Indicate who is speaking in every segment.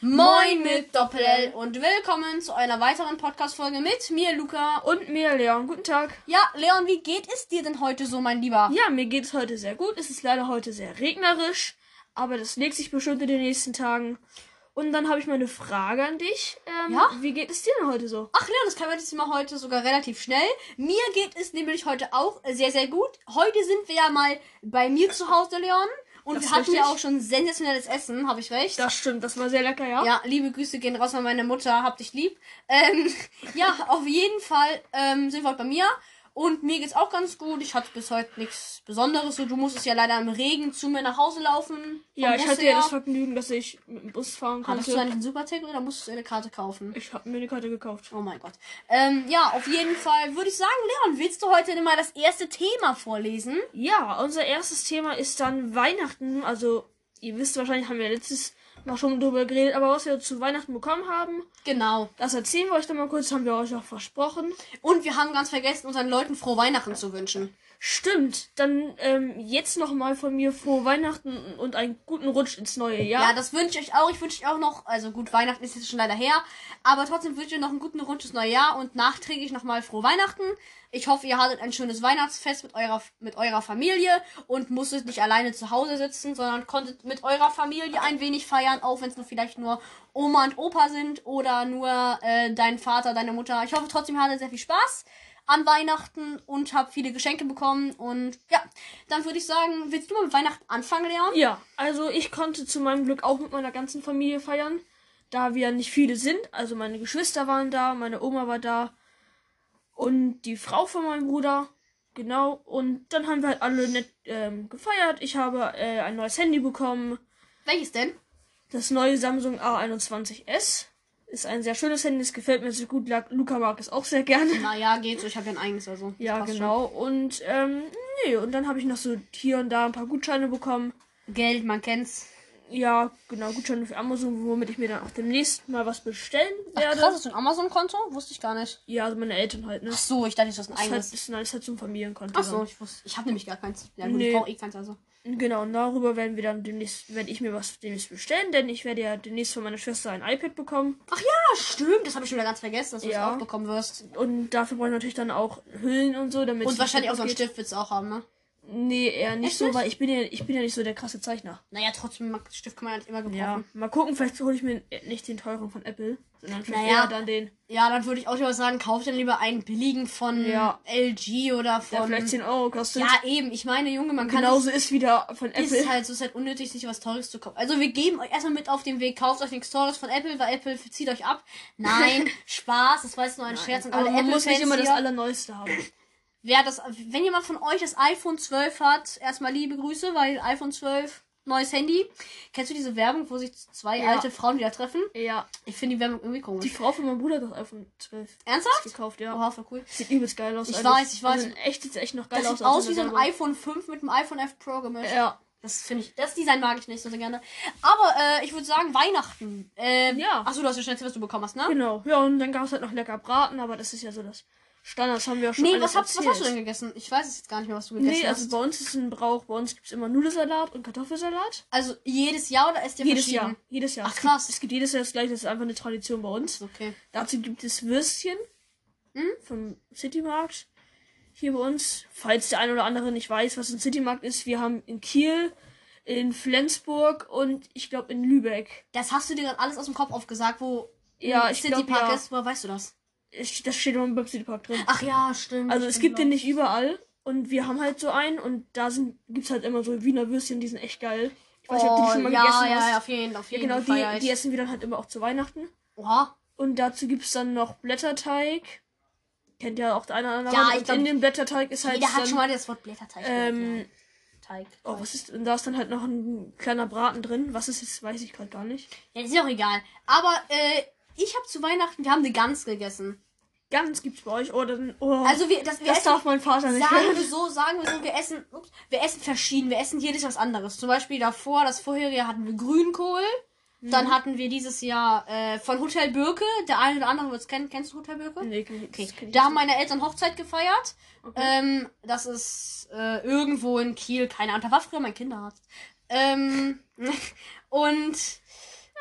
Speaker 1: Moin mit Doppel-L und willkommen zu einer weiteren Podcast-Folge mit mir, Luca.
Speaker 2: Und mir, Leon. Guten Tag.
Speaker 1: Ja, Leon, wie geht es dir denn heute so, mein Lieber?
Speaker 2: Ja, mir geht es heute sehr gut. Es ist leider heute sehr regnerisch, aber das legt sich bestimmt in den nächsten Tagen. Und dann habe ich mal eine Frage an dich. Ähm,
Speaker 1: Ja?
Speaker 2: Wie geht es dir denn heute so?
Speaker 1: Ach Leon, das kann man jetzt mal heute sogar relativ schnell. Mir geht es nämlich heute auch sehr, sehr gut. Heute sind wir ja mal bei mir zu Hause, Leon. Und
Speaker 2: Das
Speaker 1: wir
Speaker 2: ist
Speaker 1: hatten ja
Speaker 2: richtig.
Speaker 1: auch schon sensationelles Essen, habe ich recht.
Speaker 2: Das stimmt, das war sehr lecker, ja?
Speaker 1: Ja, liebe Grüße gehen raus an meine Mutter, hab dich lieb. Ähm, ja, auf jeden Fall ähm, sind wir heute bei mir. Und mir geht's auch ganz gut. Ich hatte bis heute nichts Besonderes. So, du musstest ja leider im Regen zu mir nach Hause laufen.
Speaker 2: Ja,
Speaker 1: Vom
Speaker 2: ich
Speaker 1: Bus
Speaker 2: hatte ja
Speaker 1: her.
Speaker 2: das Vergnügen, dass ich mit dem Bus fahren
Speaker 1: Hattest du
Speaker 2: konnte.
Speaker 1: eigentlich einen Superticket oder musstest du eine Karte kaufen?
Speaker 2: Ich habe mir eine Karte gekauft.
Speaker 1: Oh mein Gott. Ähm, ja, auf jeden Fall würde ich sagen, Leon, willst du heute denn mal das erste Thema vorlesen?
Speaker 2: Ja, unser erstes Thema ist dann Weihnachten. Also, ihr wisst wahrscheinlich, haben wir letztes Mal schon drüber geredet, aber was wir zu Weihnachten bekommen haben,
Speaker 1: Genau.
Speaker 2: das erzählen wir euch dann mal kurz, haben wir euch auch versprochen.
Speaker 1: Und wir haben ganz vergessen, unseren Leuten frohe Weihnachten zu wünschen.
Speaker 2: Stimmt, dann ähm, jetzt nochmal von mir frohe Weihnachten und einen guten Rutsch ins neue
Speaker 1: Ja,
Speaker 2: Jahr.
Speaker 1: das wünsche ich euch auch. Ich wünsche euch auch noch, also gut, Weihnachten ist jetzt schon leider her, aber trotzdem wünsche ich euch noch einen guten Rutsch ins neue Jahr und nachträglich nochmal frohe Weihnachten. Ich hoffe, ihr hattet ein schönes Weihnachtsfest mit eurer, mit eurer Familie und musstet nicht alleine zu Hause sitzen, sondern konntet mit eurer Familie ein wenig feiern, auch wenn es nur vielleicht nur Oma und Opa sind oder nur äh, dein Vater, deine Mutter. Ich hoffe trotzdem, ihr hattet sehr viel Spaß an Weihnachten und habt viele Geschenke bekommen und ja, dann würde ich sagen, willst du mal mit Weihnachten anfangen, Leon?
Speaker 2: Ja, also ich konnte zu meinem Glück auch mit meiner ganzen Familie feiern, da wir nicht viele sind. Also meine Geschwister waren da, meine Oma war da und die Frau von meinem Bruder. Genau, und dann haben wir halt alle nett ähm, gefeiert. Ich habe äh, ein neues Handy bekommen.
Speaker 1: Welches denn?
Speaker 2: Das neue Samsung A21s ist ein sehr schönes Handy, es gefällt mir sehr gut. La- Luca mag es auch sehr gerne.
Speaker 1: Naja, geht so. Ich habe ja ein eigenes, also. das
Speaker 2: Ja,
Speaker 1: passt
Speaker 2: genau. Und ähm, nee, und dann habe ich noch so hier und da ein paar Gutscheine bekommen.
Speaker 1: Schon. Geld, man kennt's.
Speaker 2: Ja, genau, Gutscheine für Amazon, womit ich mir dann auch demnächst mal was bestellen
Speaker 1: Ach,
Speaker 2: werde.
Speaker 1: krass, hast du ein Amazon-Konto? Wusste ich gar nicht.
Speaker 2: Ja, also meine Eltern halt, ne?
Speaker 1: Ach so, ich dachte, das ist ein
Speaker 2: Das
Speaker 1: eigenes.
Speaker 2: ist, halt, nein, das ist halt so ein Familienkonto.
Speaker 1: Ach so,
Speaker 2: dann.
Speaker 1: ich wusste. Ich habe nämlich gar keins. Ja, gut, ich
Speaker 2: Nee.
Speaker 1: brauche eh keins, also.
Speaker 2: Genau, und darüber werden wir dann demnächst, werde ich mir was demnächst bestellen, denn ich werde ja demnächst von meiner Schwester ein iPad bekommen.
Speaker 1: Ah, stimmt, das habe ich schon wieder ganz vergessen, dass du
Speaker 2: Ja.
Speaker 1: das auch bekommen wirst.
Speaker 2: Und dafür brauche ich natürlich dann auch Hüllen und so, damit. es
Speaker 1: Und
Speaker 2: nicht
Speaker 1: wahrscheinlich auch so einen
Speaker 2: kaputt geht.
Speaker 1: Stift willst du auch haben, ne?
Speaker 2: Nee, eher nicht
Speaker 1: Echt
Speaker 2: so,
Speaker 1: nicht?
Speaker 2: weil ich bin ja, ich bin ja nicht so der krasse Zeichner.
Speaker 1: Naja, trotzdem, mag- Stift kann man halt immer
Speaker 2: Ja,
Speaker 1: gebrauchen.
Speaker 2: mal gucken, vielleicht hole ich mir nicht den teuren von Apple, sondern vielleicht
Speaker 1: Naja.
Speaker 2: eher dann den
Speaker 1: Ja, dann würde ich auch lieber sagen, kauf dann lieber einen billigen von
Speaker 2: Ja.
Speaker 1: LG oder
Speaker 2: der
Speaker 1: von.
Speaker 2: vielleicht Genau 10 Euro kostet.
Speaker 1: ja, eben. Ich meine, Junge, man kann
Speaker 2: Genauso ist wieder von Apple.
Speaker 1: Ist halt, so ist halt unnötig, sich was Teures zu kaufen. Also wir geben euch erstmal mit auf den Weg, kauft euch nichts Teures von Apple, weil Apple zieht euch ab. Nein, Spaß, das war jetzt nur ein Scherz und
Speaker 2: Aber
Speaker 1: alle
Speaker 2: man muss nicht immer
Speaker 1: Apple-Fans
Speaker 2: das
Speaker 1: hier.
Speaker 2: Allerneueste haben.
Speaker 1: Wer das, wenn jemand von euch das iPhone 12 hat, erstmal liebe Grüße, weil iPhone 12, neues Handy. Kennst du diese Werbung, wo sich zwei
Speaker 2: Ja.
Speaker 1: alte Frauen wieder treffen?
Speaker 2: Ja,
Speaker 1: Ich finde die Werbung irgendwie
Speaker 2: die
Speaker 1: komisch.
Speaker 2: Frau von meinem Bruder hat das iPhone 12
Speaker 1: Ernsthaft?
Speaker 2: gekauft, ja.
Speaker 1: Oha, voll cool.
Speaker 2: Sieht übelst geil aus.
Speaker 1: Ich
Speaker 2: alles.
Speaker 1: weiß, ich weiß.
Speaker 2: Also in echt sieht echt noch geil
Speaker 1: Das
Speaker 2: aus.
Speaker 1: sieht aus
Speaker 2: in
Speaker 1: wie so
Speaker 2: der
Speaker 1: ein
Speaker 2: Werbung.
Speaker 1: iPhone 5 mit dem iPhone F Pro gemischt.
Speaker 2: Ja.
Speaker 1: Das finde ich, das Design mag ich nicht so sehr gerne. Aber äh, ich würde sagen Weihnachten. Ähm,
Speaker 2: Ja.
Speaker 1: Achso, du hast ja schnell erzählt, was du bekommen hast, ne?
Speaker 2: Genau. Ja, und dann gab es halt noch lecker Braten, aber das ist ja so das Standard. Das haben wir ja schon
Speaker 1: Nee,
Speaker 2: alles
Speaker 1: was, hab, was
Speaker 2: erzählt.
Speaker 1: hast du denn gegessen? Ich weiß es jetzt gar nicht mehr, was du gegessen
Speaker 2: Nee, also
Speaker 1: hast.
Speaker 2: bei uns ist ein Brauch, bei uns gibt es immer Nudelsalat und Kartoffelsalat.
Speaker 1: Also jedes Jahr oder ist dir
Speaker 2: Jedes
Speaker 1: verschieden?
Speaker 2: Jahr. Jedes Jahr.
Speaker 1: Ach,
Speaker 2: Es gibt-
Speaker 1: krass.
Speaker 2: Es gibt jedes Jahr das gleiche, das ist einfach eine Tradition bei uns.
Speaker 1: Ist okay.
Speaker 2: Dazu gibt es Würstchen
Speaker 1: Hm?
Speaker 2: vom Citymarkt hier bei uns. Falls der ein oder andere nicht weiß, was ein Citymarkt ist, wir haben in Kiel, in Flensburg und ich glaube in Lübeck.
Speaker 1: Das hast du dir gerade alles aus dem Kopf aufgesagt, wo
Speaker 2: Ja,
Speaker 1: ein
Speaker 2: ich
Speaker 1: City
Speaker 2: glaub,
Speaker 1: Park
Speaker 2: ja.
Speaker 1: ist. Woher weißt du das?
Speaker 2: Ich, das steht immer im Burg Citypark drin.
Speaker 1: Ach ja, stimmt.
Speaker 2: also es
Speaker 1: stimmt,
Speaker 2: gibt den
Speaker 1: glaub
Speaker 2: nicht überall und wir haben halt so einen und da sind gibt's halt immer so Wiener Würstchen, die sind echt geil. Ich
Speaker 1: ich.
Speaker 2: weiß nicht, ob du die
Speaker 1: Oh,
Speaker 2: schon mal
Speaker 1: ja,
Speaker 2: gegessen
Speaker 1: ja,
Speaker 2: hast.
Speaker 1: Ja, auf jeden, auf
Speaker 2: ja
Speaker 1: jeden
Speaker 2: genau,
Speaker 1: Fall.
Speaker 2: die, die essen wir dann halt immer auch zu Weihnachten.
Speaker 1: Oha.
Speaker 2: Und dazu gibt's dann noch Blätterteig. Kennt ja auch der eine oder andere.
Speaker 1: Ja,
Speaker 2: Und
Speaker 1: ich glaub,
Speaker 2: in dem Blätterteig ist halt
Speaker 1: Jeder
Speaker 2: dann,
Speaker 1: hat schon mal das Wort Blätterteig gehört.
Speaker 2: Ähm,
Speaker 1: ja. Teig.
Speaker 2: oh, was ist denn? Da ist dann halt noch ein kleiner Braten drin. Was ist jetzt, weiß ich gerade gar nicht.
Speaker 1: Ja, ist ja auch egal. Aber äh, ich habe zu Weihnachten, wir haben eine Gans gegessen.
Speaker 2: Ganz gibt's bei euch. Oh, dann, oh,
Speaker 1: Also wir, das, wir
Speaker 2: das
Speaker 1: essen
Speaker 2: darf mein Vater nicht.
Speaker 1: Sagen wir so, sagen wir so, wir essen, ups, wir essen verschieden, wir essen jedes was anderes. Zum Beispiel davor, das vorherige hatten wir Grünkohl, Dann hatten wir dieses Jahr äh, von Hotel Birke, der eine oder andere wird es kennen. Kennst du Hotel Birke?
Speaker 2: Nee, okay.
Speaker 1: Okay. Da haben meine Eltern Hochzeit gefeiert. Ähm, das ist äh, irgendwo in Kiel, keine Ahnung. Da war früher mein Kinderarzt. Ähm, und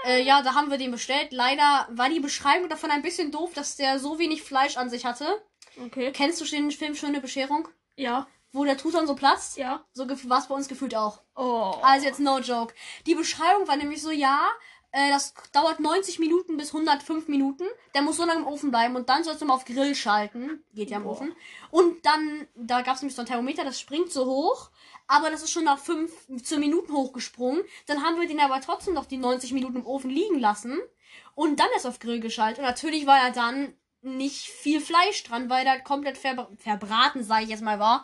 Speaker 1: äh, ja, da haben wir den bestellt. Leider war die Beschreibung davon ein bisschen doof, dass der so wenig Fleisch an sich hatte.
Speaker 2: okay.
Speaker 1: Kennst du den Film Schöne Bescherung?
Speaker 2: Ja,
Speaker 1: Wo der Tutan so platzt?
Speaker 2: ja.
Speaker 1: So war es bei uns gefühlt auch.
Speaker 2: Oh.
Speaker 1: Also jetzt no joke. Die Beschreibung war nämlich so, ja, äh, das dauert 90 Minuten bis 105 Minuten. Der muss so lange im Ofen bleiben und dann sollst du mal auf Grill schalten. Geht ja im
Speaker 2: Boah.
Speaker 1: Ofen. Und dann, da gab es nämlich so ein Thermometer, das springt so hoch. Aber das ist schon nach 15 Minuten hochgesprungen. Dann haben wir den aber trotzdem noch die 90 Minuten im Ofen liegen lassen. Und dann erst auf Grill geschaltet. Und natürlich war er dann nicht viel Fleisch dran, weil der halt komplett verbra verbraten, sage ich jetzt mal, war.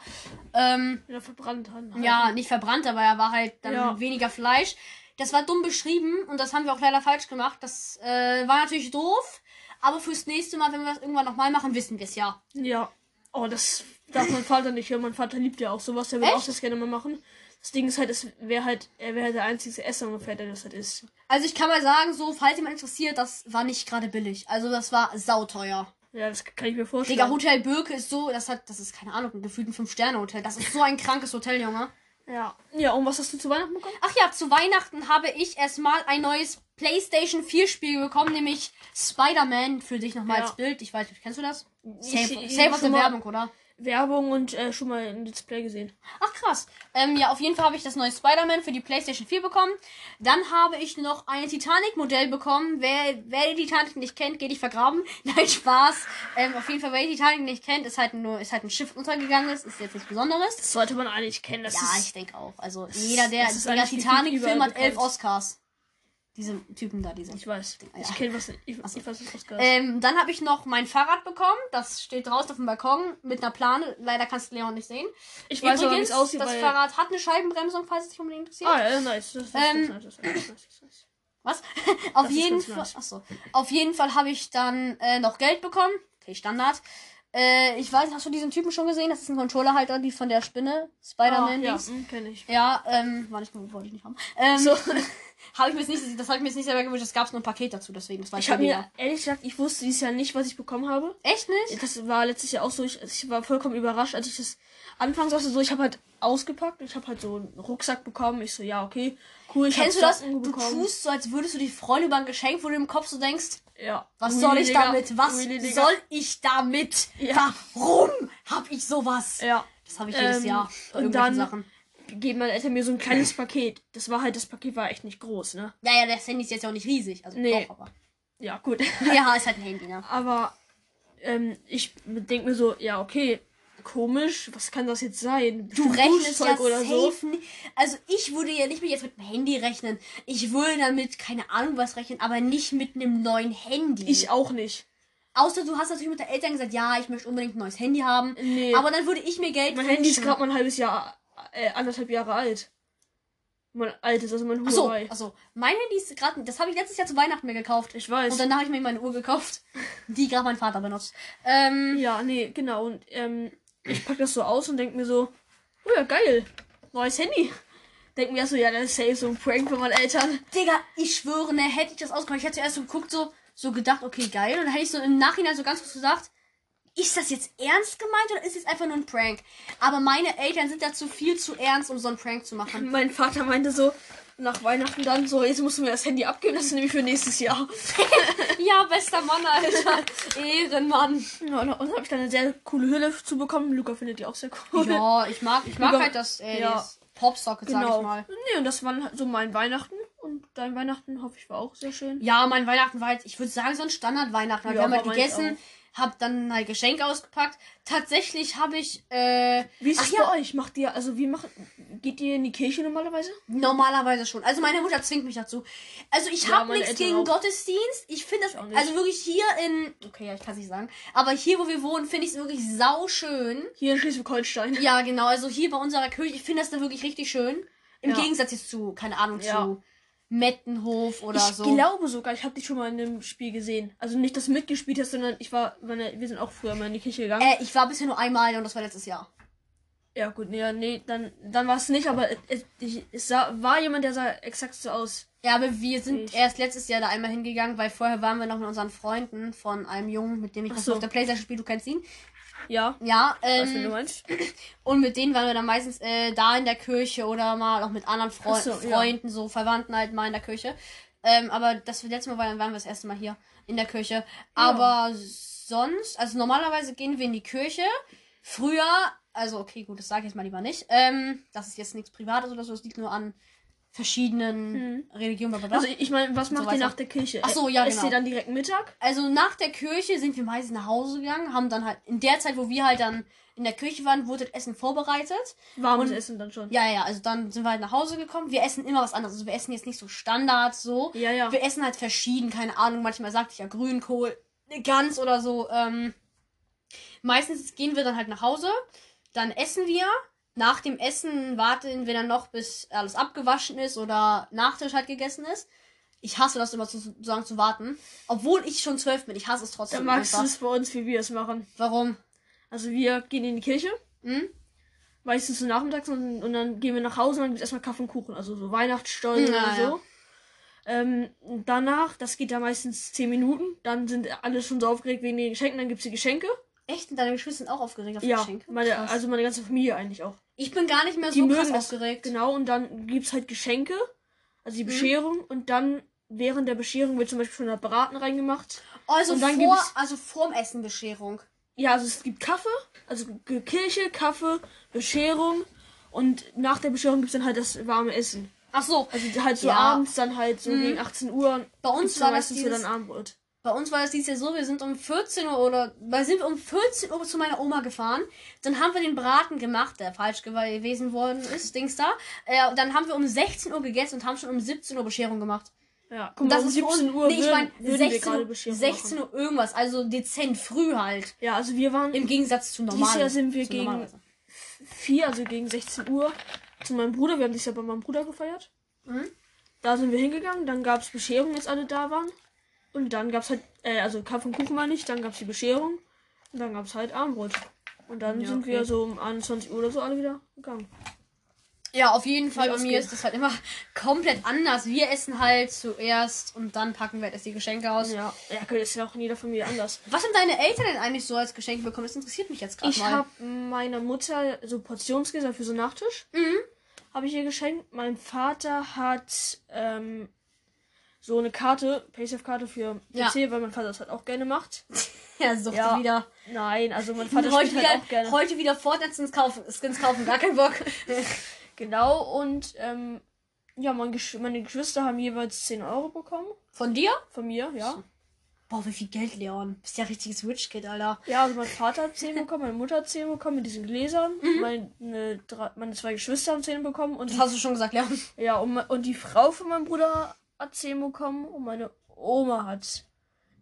Speaker 1: Ähm,
Speaker 2: Ja, verbrannt haben.
Speaker 1: ja, nicht verbrannt, aber er war halt dann
Speaker 2: Ja.
Speaker 1: weniger Fleisch. Das war dumm beschrieben und das haben wir auch leider falsch gemacht. Das äh, war natürlich doof, aber fürs nächste Mal, wenn wir das irgendwann nochmal machen, wissen wir es ja.
Speaker 2: Ja. Oh, das darf mein Vater nicht hören. Mein Vater liebt ja auch sowas. Der würde auch
Speaker 1: Echt?
Speaker 2: das gerne mal machen. Das Ding ist halt, es wäre halt, er wäre halt der einzige Esser ungefähr, der das halt isst.
Speaker 1: Also ich kann mal sagen, so, falls jemand interessiert, das war nicht gerade billig. Also das war sauteuer.
Speaker 2: Ja, das kann ich mir
Speaker 1: Digga,
Speaker 2: vorstellen.
Speaker 1: Hotel Birke ist so, das hat, das ist keine Ahnung, ein gefühlten Fünf-Sterne-Hotel. Das ist so ein krankes Hotel, Junge.
Speaker 2: ja. Ja, und was hast du zu Weihnachten bekommen?
Speaker 1: Ach ja, zu Weihnachten habe ich erstmal ein neues PlayStation 4 Spiel bekommen, nämlich Spider-Man für dich nochmal
Speaker 2: Ja.
Speaker 1: als Bild. Ich weiß nicht, kennst du das?
Speaker 2: Ich-
Speaker 1: Save,
Speaker 2: ich-
Speaker 1: save aus
Speaker 2: schon
Speaker 1: der
Speaker 2: mal-
Speaker 1: Werbung, oder?
Speaker 2: Werbung und äh, schon mal ein Display gesehen.
Speaker 1: Ach krass. Ähm, ja, auf jeden Fall habe ich das neue Spider-Man für die PlayStation 4 bekommen. Dann habe ich noch ein Titanic-Modell bekommen. Wer, wer die Titanic nicht kennt, geht dich vergraben. Nein, Spaß. Ähm, auf jeden Fall, wer die Titanic nicht kennt, ist halt nur, ist halt ein Schiff untergegangen ist. Ist jetzt nichts Besonderes.
Speaker 2: Das sollte man eigentlich kennen. Das
Speaker 1: Ja, ich
Speaker 2: ist,
Speaker 1: denke auch. Also jeder, der,
Speaker 2: das ist
Speaker 1: der
Speaker 2: eigentlich gefühlt
Speaker 1: Titanic-Film hat
Speaker 2: überall
Speaker 1: elf
Speaker 2: bekannt.
Speaker 1: Oscars. Diese Typen da, diese.
Speaker 2: ich weiß.
Speaker 1: Ja.
Speaker 2: Ich kenne was. Ich, ich weiß, was Oscar ist.
Speaker 1: Ähm, dann habe ich noch mein Fahrrad bekommen. Das steht draußen auf dem Balkon mit einer Plane. Leider kannst du Leon nicht sehen.
Speaker 2: Ich weiß aber, wie
Speaker 1: Übrigens,
Speaker 2: es aussieht.
Speaker 1: das
Speaker 2: weil-
Speaker 1: Fahrrad hat eine Scheibenbremsung, falls es dich unbedingt interessiert.
Speaker 2: Ah, ja, nice. Das, das, das,
Speaker 1: Ähm,
Speaker 2: nice, das, das, das, das, das.
Speaker 1: Was? auf,
Speaker 2: ist
Speaker 1: jeden
Speaker 2: ganz
Speaker 1: Fall,
Speaker 2: nice.
Speaker 1: achso, auf jeden Fall habe ich dann äh, noch Geld bekommen. Okay, Standard. Äh, ich weiß, nicht, hast du diesen Typen schon gesehen? Das ist ein Controllerhalter, die von der Spinne.
Speaker 2: Ah,
Speaker 1: Spider-Man.
Speaker 2: ja,
Speaker 1: Dings.
Speaker 2: hm, kenne ich.
Speaker 1: ja, ähm, war nicht, wollte ich nicht haben. Ähm,
Speaker 2: So.
Speaker 1: Habe ich mir jetzt nicht, das habe ich mir jetzt nicht selber gewünscht. Es gab nur ein Paket dazu, deswegen. Das war
Speaker 2: Ich habe
Speaker 1: billiger.
Speaker 2: mir ehrlich gesagt, ich wusste dieses Jahr nicht, was ich bekommen habe.
Speaker 1: Echt nicht?
Speaker 2: Das war letztes Jahr auch so. Ich, ich war vollkommen überrascht, als ich das anfangs auch so. Ich habe halt ausgepackt. Ich habe halt so einen Rucksack bekommen. Ich so, ja, okay, cool. Ich
Speaker 1: Kennst du
Speaker 2: hab
Speaker 1: das?
Speaker 2: Socken
Speaker 1: Du tust so, als würdest du dich freuen über ein Geschenk, wo du im Kopf so denkst,
Speaker 2: Ja.
Speaker 1: was
Speaker 2: Ui,
Speaker 1: soll ich
Speaker 2: Digga.
Speaker 1: damit? Was
Speaker 2: Ui, Digga.
Speaker 1: soll ich damit?
Speaker 2: Ja.
Speaker 1: Warum hab ich sowas?
Speaker 2: Ja.
Speaker 1: Das habe ich jedes
Speaker 2: Ähm,
Speaker 1: Jahr. bei
Speaker 2: und
Speaker 1: irgendwelchen
Speaker 2: dann- Geben meine Eltern mir so ein kleines Paket. Das war halt, das Paket war echt nicht groß, ne?
Speaker 1: Ja, ja, das Handy ist jetzt ja auch nicht riesig. Also
Speaker 2: Nee.
Speaker 1: doch, aber.
Speaker 2: Ja, gut.
Speaker 1: Ja, ist halt ein Handy, ne?
Speaker 2: Aber ähm, ich denke mir so, ja, okay, komisch, was kann das jetzt sein?
Speaker 1: Du
Speaker 2: Bestimmt
Speaker 1: rechnest ja
Speaker 2: Duschzeug
Speaker 1: safe nicht. Also ich würde ja nicht mit jetzt mit dem Handy rechnen. Ich würde damit, keine Ahnung was rechnen, aber nicht mit einem neuen Handy.
Speaker 2: Ich auch nicht.
Speaker 1: Außer du hast natürlich mit den Eltern gesagt, ja, ich möchte unbedingt ein neues Handy haben.
Speaker 2: Nee.
Speaker 1: Aber dann würde ich mir Geld
Speaker 2: mein Handy ist
Speaker 1: wünschen.
Speaker 2: gerade mal ein halbes Jahr, äh, anderthalb Jahre alt. Mein altes, also mein
Speaker 1: Achso,
Speaker 2: Huawei.
Speaker 1: achso. Mein Handy ist gerade, das habe ich letztes Jahr zu Weihnachten mir gekauft.
Speaker 2: Ich weiß.
Speaker 1: Und danach habe ich mir meine Uhr gekauft, die gerade mein Vater benutzt. Ähm,
Speaker 2: ja, nee, genau. Und ähm, ich pack das so aus und denk mir so, oh ja, geil, neues Handy. Denk mir erst so, ja, das ist safe so ein Prank von meinen Eltern.
Speaker 1: Digga, ich schwöre, ne, hätte ich das ausgemacht. Ich hätte zuerst so geguckt, so, so gedacht, okay, geil. Und dann hätte ich so im Nachhinein so ganz kurz gesagt, ist das jetzt ernst gemeint oder ist es einfach nur ein Prank? Aber meine Eltern sind dazu viel zu ernst, um so einen Prank zu machen.
Speaker 2: Mein Vater meinte so nach Weihnachten dann so, jetzt musst du mir das Handy abgeben, das ist nämlich für nächstes Jahr.
Speaker 1: ja, bester Mann, Alter. Ehrenmann.
Speaker 2: Ja, und, und habe ich dann eine sehr coole Hülle zu bekommen. Luca findet die auch sehr cool.
Speaker 1: Ja, ich mag, ich mag
Speaker 2: Über-
Speaker 1: halt das, äh,
Speaker 2: Ja.
Speaker 1: das Popsocket, sag
Speaker 2: genau.
Speaker 1: ich mal.
Speaker 2: Nee, und das waren halt so mein Weihnachten. Und dein Weihnachten, hoffe ich, war auch sehr schön.
Speaker 1: Ja, mein Weihnachten war jetzt, ich würde sagen, so ein Standard-Weihnachten.
Speaker 2: Ja,
Speaker 1: wir haben halt
Speaker 2: aber meins
Speaker 1: gegessen, hab dann halt Geschenk ausgepackt. Tatsächlich habe ich, äh,
Speaker 2: Wie ist
Speaker 1: Ach
Speaker 2: es
Speaker 1: ja.
Speaker 2: bei euch? Macht ihr, also wie macht, geht ihr in die Kirche normalerweise?
Speaker 1: normalerweise schon. Also meine Mutter zwingt mich dazu. Also ich
Speaker 2: Ja,
Speaker 1: hab habe
Speaker 2: meine
Speaker 1: nichts
Speaker 2: Eltern
Speaker 1: gegen
Speaker 2: auch.
Speaker 1: Gottesdienst. Ich finde das,
Speaker 2: Ich auch nicht.
Speaker 1: also wirklich hier in, okay, ja, ich kann es nicht sagen, aber hier, wo wir wohnen, finde ich es wirklich sauschön.
Speaker 2: Hier in Schleswig-Holstein.
Speaker 1: Ja, genau, also hier bei unserer Kirche, ich finde das da wirklich richtig schön. Im
Speaker 2: Ja.
Speaker 1: Gegensatz jetzt zu, keine Ahnung,
Speaker 2: Ja.
Speaker 1: zu Mettenhof oder
Speaker 2: ich
Speaker 1: so.
Speaker 2: glaube sogar, ich habe dich schon mal in einem Spiel gesehen. Also nicht, dass du mitgespielt hast, sondern ich war, meine, wir sind auch früher mal in die Kirche gegangen.
Speaker 1: Äh, ich war bisher nur einmal und das war letztes Jahr.
Speaker 2: Ja, gut, nee, ja, nee dann, dann war es nicht, aber es, es, ich- es sah, war jemand, der sah exakt so aus.
Speaker 1: Ja, aber wir sind
Speaker 2: Ich-
Speaker 1: erst letztes Jahr da einmal hingegangen, weil vorher waren wir noch mit unseren Freunden von einem Jungen, mit dem ich
Speaker 2: Ach
Speaker 1: das
Speaker 2: so.
Speaker 1: auf der Playstation spiele, du kennst ihn.
Speaker 2: Ja.
Speaker 1: Ja,
Speaker 2: Was wenn du
Speaker 1: ähm,
Speaker 2: meinst?
Speaker 1: und mit denen waren wir dann meistens äh, da in der Kirche oder mal auch mit anderen Freu
Speaker 2: Ach so, ja.
Speaker 1: Freunden, so Verwandten halt mal in der Kirche. Ähm, aber das letzte Mal waren, waren wir das erste Mal hier in der Kirche. Aber sonst, also normalerweise gehen wir in die Kirche. Früher, also okay, gut, das sage ich jetzt mal lieber nicht. Ähm, das ist jetzt nichts Privates oder so, es liegt nur an verschiedenen Religionen. Bla bla bla.
Speaker 2: Also ich meine, was
Speaker 1: So
Speaker 2: macht ihr
Speaker 1: weiter.
Speaker 2: nach der Kirche?
Speaker 1: Ach so, ja,
Speaker 2: Esst
Speaker 1: genau.
Speaker 2: ihr dann direkt Mittag?
Speaker 1: also nach der Kirche sind wir meistens nach Hause gegangen, haben dann halt in der Zeit, wo wir halt dann in der Kirche waren, wurde das Essen vorbereitet.
Speaker 2: Warmes
Speaker 1: Und-
Speaker 2: Essen dann schon.
Speaker 1: Ja, ja, also dann sind wir halt nach Hause gekommen. Wir essen immer was anderes. Also wir essen jetzt nicht so Standard so.
Speaker 2: Ja, ja.
Speaker 1: Wir essen halt verschieden, keine Ahnung. Manchmal sagte ich ja Grünkohl, eine Gans oder so. Ähm, meistens gehen wir dann halt nach Hause, dann essen wir. Nach dem Essen warten wir dann noch, bis alles abgewaschen ist oder Nachtisch halt gegessen ist. Ich hasse das immer zu, zu sagen zu warten. Obwohl ich schon zwölf bin, ich hasse es trotzdem.
Speaker 2: Dann magst du
Speaker 1: einfach.
Speaker 2: es bei uns, wie wir es machen.
Speaker 1: Warum?
Speaker 2: Also wir gehen in die Kirche,
Speaker 1: Hm?
Speaker 2: meistens so nachmittags und, und dann gehen wir nach Hause und dann gibt es erstmal Kaffee und Kuchen, also so
Speaker 1: Ja,
Speaker 2: Weihnachtsstollen oder
Speaker 1: Hm, ja.
Speaker 2: so. Ähm, danach, das geht ja meistens 10 Minuten, dann sind alle schon so aufgeregt wegen den Geschenken, dann gibt es die Geschenke.
Speaker 1: Echt? Und deine Geschwister sind auch aufgeregt auf
Speaker 2: ja,
Speaker 1: Geschenke?
Speaker 2: Meine,
Speaker 1: Krass.
Speaker 2: also meine ganze Familie eigentlich auch.
Speaker 1: ich bin gar nicht mehr
Speaker 2: Die
Speaker 1: so krass
Speaker 2: mögen das
Speaker 1: aufgeregt. Mhm.
Speaker 2: Genau, und dann gibt es halt Geschenke, also die Bescherung und dann während der Bescherung wird zum Beispiel schon der Braten reingemacht.
Speaker 1: Also
Speaker 2: Und dann
Speaker 1: vor,
Speaker 2: gibt's-
Speaker 1: also vorm Essen Bescherung.
Speaker 2: Ja, also es gibt Kaffee, also Ge- Kirche, Kaffee, Bescherung und nach der Bescherung gibt's dann halt das warme Essen.
Speaker 1: Ach so,
Speaker 2: Also halt so
Speaker 1: Ja. Mhm.
Speaker 2: abends dann halt so gegen 18 Uhr.
Speaker 1: bei uns
Speaker 2: gibt's
Speaker 1: war
Speaker 2: dann
Speaker 1: das
Speaker 2: meistens so
Speaker 1: dieses,
Speaker 2: dann Abendbrot.
Speaker 1: bei uns war das dieses Jahr so, wir sind um 14 Uhr oder weil sind wir um 14 Uhr zu meiner Oma gefahren, dann haben wir den Braten gemacht, der falsch gewesen worden ist, Dings da. Äh, und dann haben wir um 16 Uhr gegessen und haben schon um 17 Uhr Bescherung gemacht.
Speaker 2: Ja, guck
Speaker 1: Und
Speaker 2: mal,
Speaker 1: das
Speaker 2: um
Speaker 1: ist für uns-
Speaker 2: 17 Uhr
Speaker 1: nee, ich
Speaker 2: würden,
Speaker 1: meine
Speaker 2: würden wir
Speaker 1: 16,
Speaker 2: gerade
Speaker 1: Uhr-
Speaker 2: Bescherung
Speaker 1: 16
Speaker 2: machen.
Speaker 1: Uhr irgendwas, also dezent früh halt.
Speaker 2: Ja, also wir waren
Speaker 1: Im Gegensatz zu normal.
Speaker 2: Jahr sind wir
Speaker 1: zu
Speaker 2: gegen-
Speaker 1: normalerweise.
Speaker 2: vier, also gegen 16 Uhr, zu meinem Bruder. Wir haben dieses Jahr bei meinem Bruder gefeiert.
Speaker 1: Mhm.
Speaker 2: Da sind wir hingegangen, dann gab's Bescherung, als alle da waren. Und dann gab's halt, äh, also Kaffee und Kuchen war nicht, dann gab's die Bescherung und dann gab's halt Armbrot. Und dann
Speaker 1: Ja,
Speaker 2: sind
Speaker 1: okay.
Speaker 2: wir so um 21 Uhr oder so alle wieder gegangen.
Speaker 1: Ja, auf jeden Fall. Bei mir
Speaker 2: ausgehen.
Speaker 1: ist das halt immer komplett anders. Wir essen halt zuerst und dann packen wir halt erst die Geschenke aus.
Speaker 2: Also Ja, ja ist ja auch in jeder Familie anders.
Speaker 1: Was haben deine Eltern denn eigentlich so als Geschenk bekommen? Das interessiert mich jetzt gerade
Speaker 2: Ich
Speaker 1: mal.
Speaker 2: habe meiner Mutter so Portionsgläser für so einen Nachtisch.
Speaker 1: Mhm.
Speaker 2: Habe ich ihr geschenkt. Mein Vater hat ähm, so eine Karte, Paysafe-Karte für
Speaker 1: Ja.
Speaker 2: PC, weil mein Vater das halt auch gerne macht.
Speaker 1: ja, sucht
Speaker 2: Ja.
Speaker 1: wieder.
Speaker 2: Nein, also mein Vater
Speaker 1: Heute
Speaker 2: spielt
Speaker 1: wieder,
Speaker 2: halt auch gerne.
Speaker 1: heute wieder Fortnite-Skins kaufen, Skins kaufen, gar keinen Bock.
Speaker 2: Genau, und ähm, ja, mein Gesch meine Geschwister haben jeweils 10 Euro bekommen.
Speaker 1: Von dir?
Speaker 2: Von mir, ja.
Speaker 1: Boah, wie viel Geld, Leon. Bist ja richtiges Rich Kid, Alter.
Speaker 2: Ja, also mein Vater hat 10 bekommen, meine Mutter hat 10 bekommen mit diesen Gläsern.
Speaker 1: Mhm.
Speaker 2: Meine, drei, meine zwei Geschwister haben 10 bekommen und
Speaker 1: Das hast du schon gesagt, Leon.
Speaker 2: Ja, und, me- und die Frau von meinem Bruder hat 10 bekommen und meine Oma hat.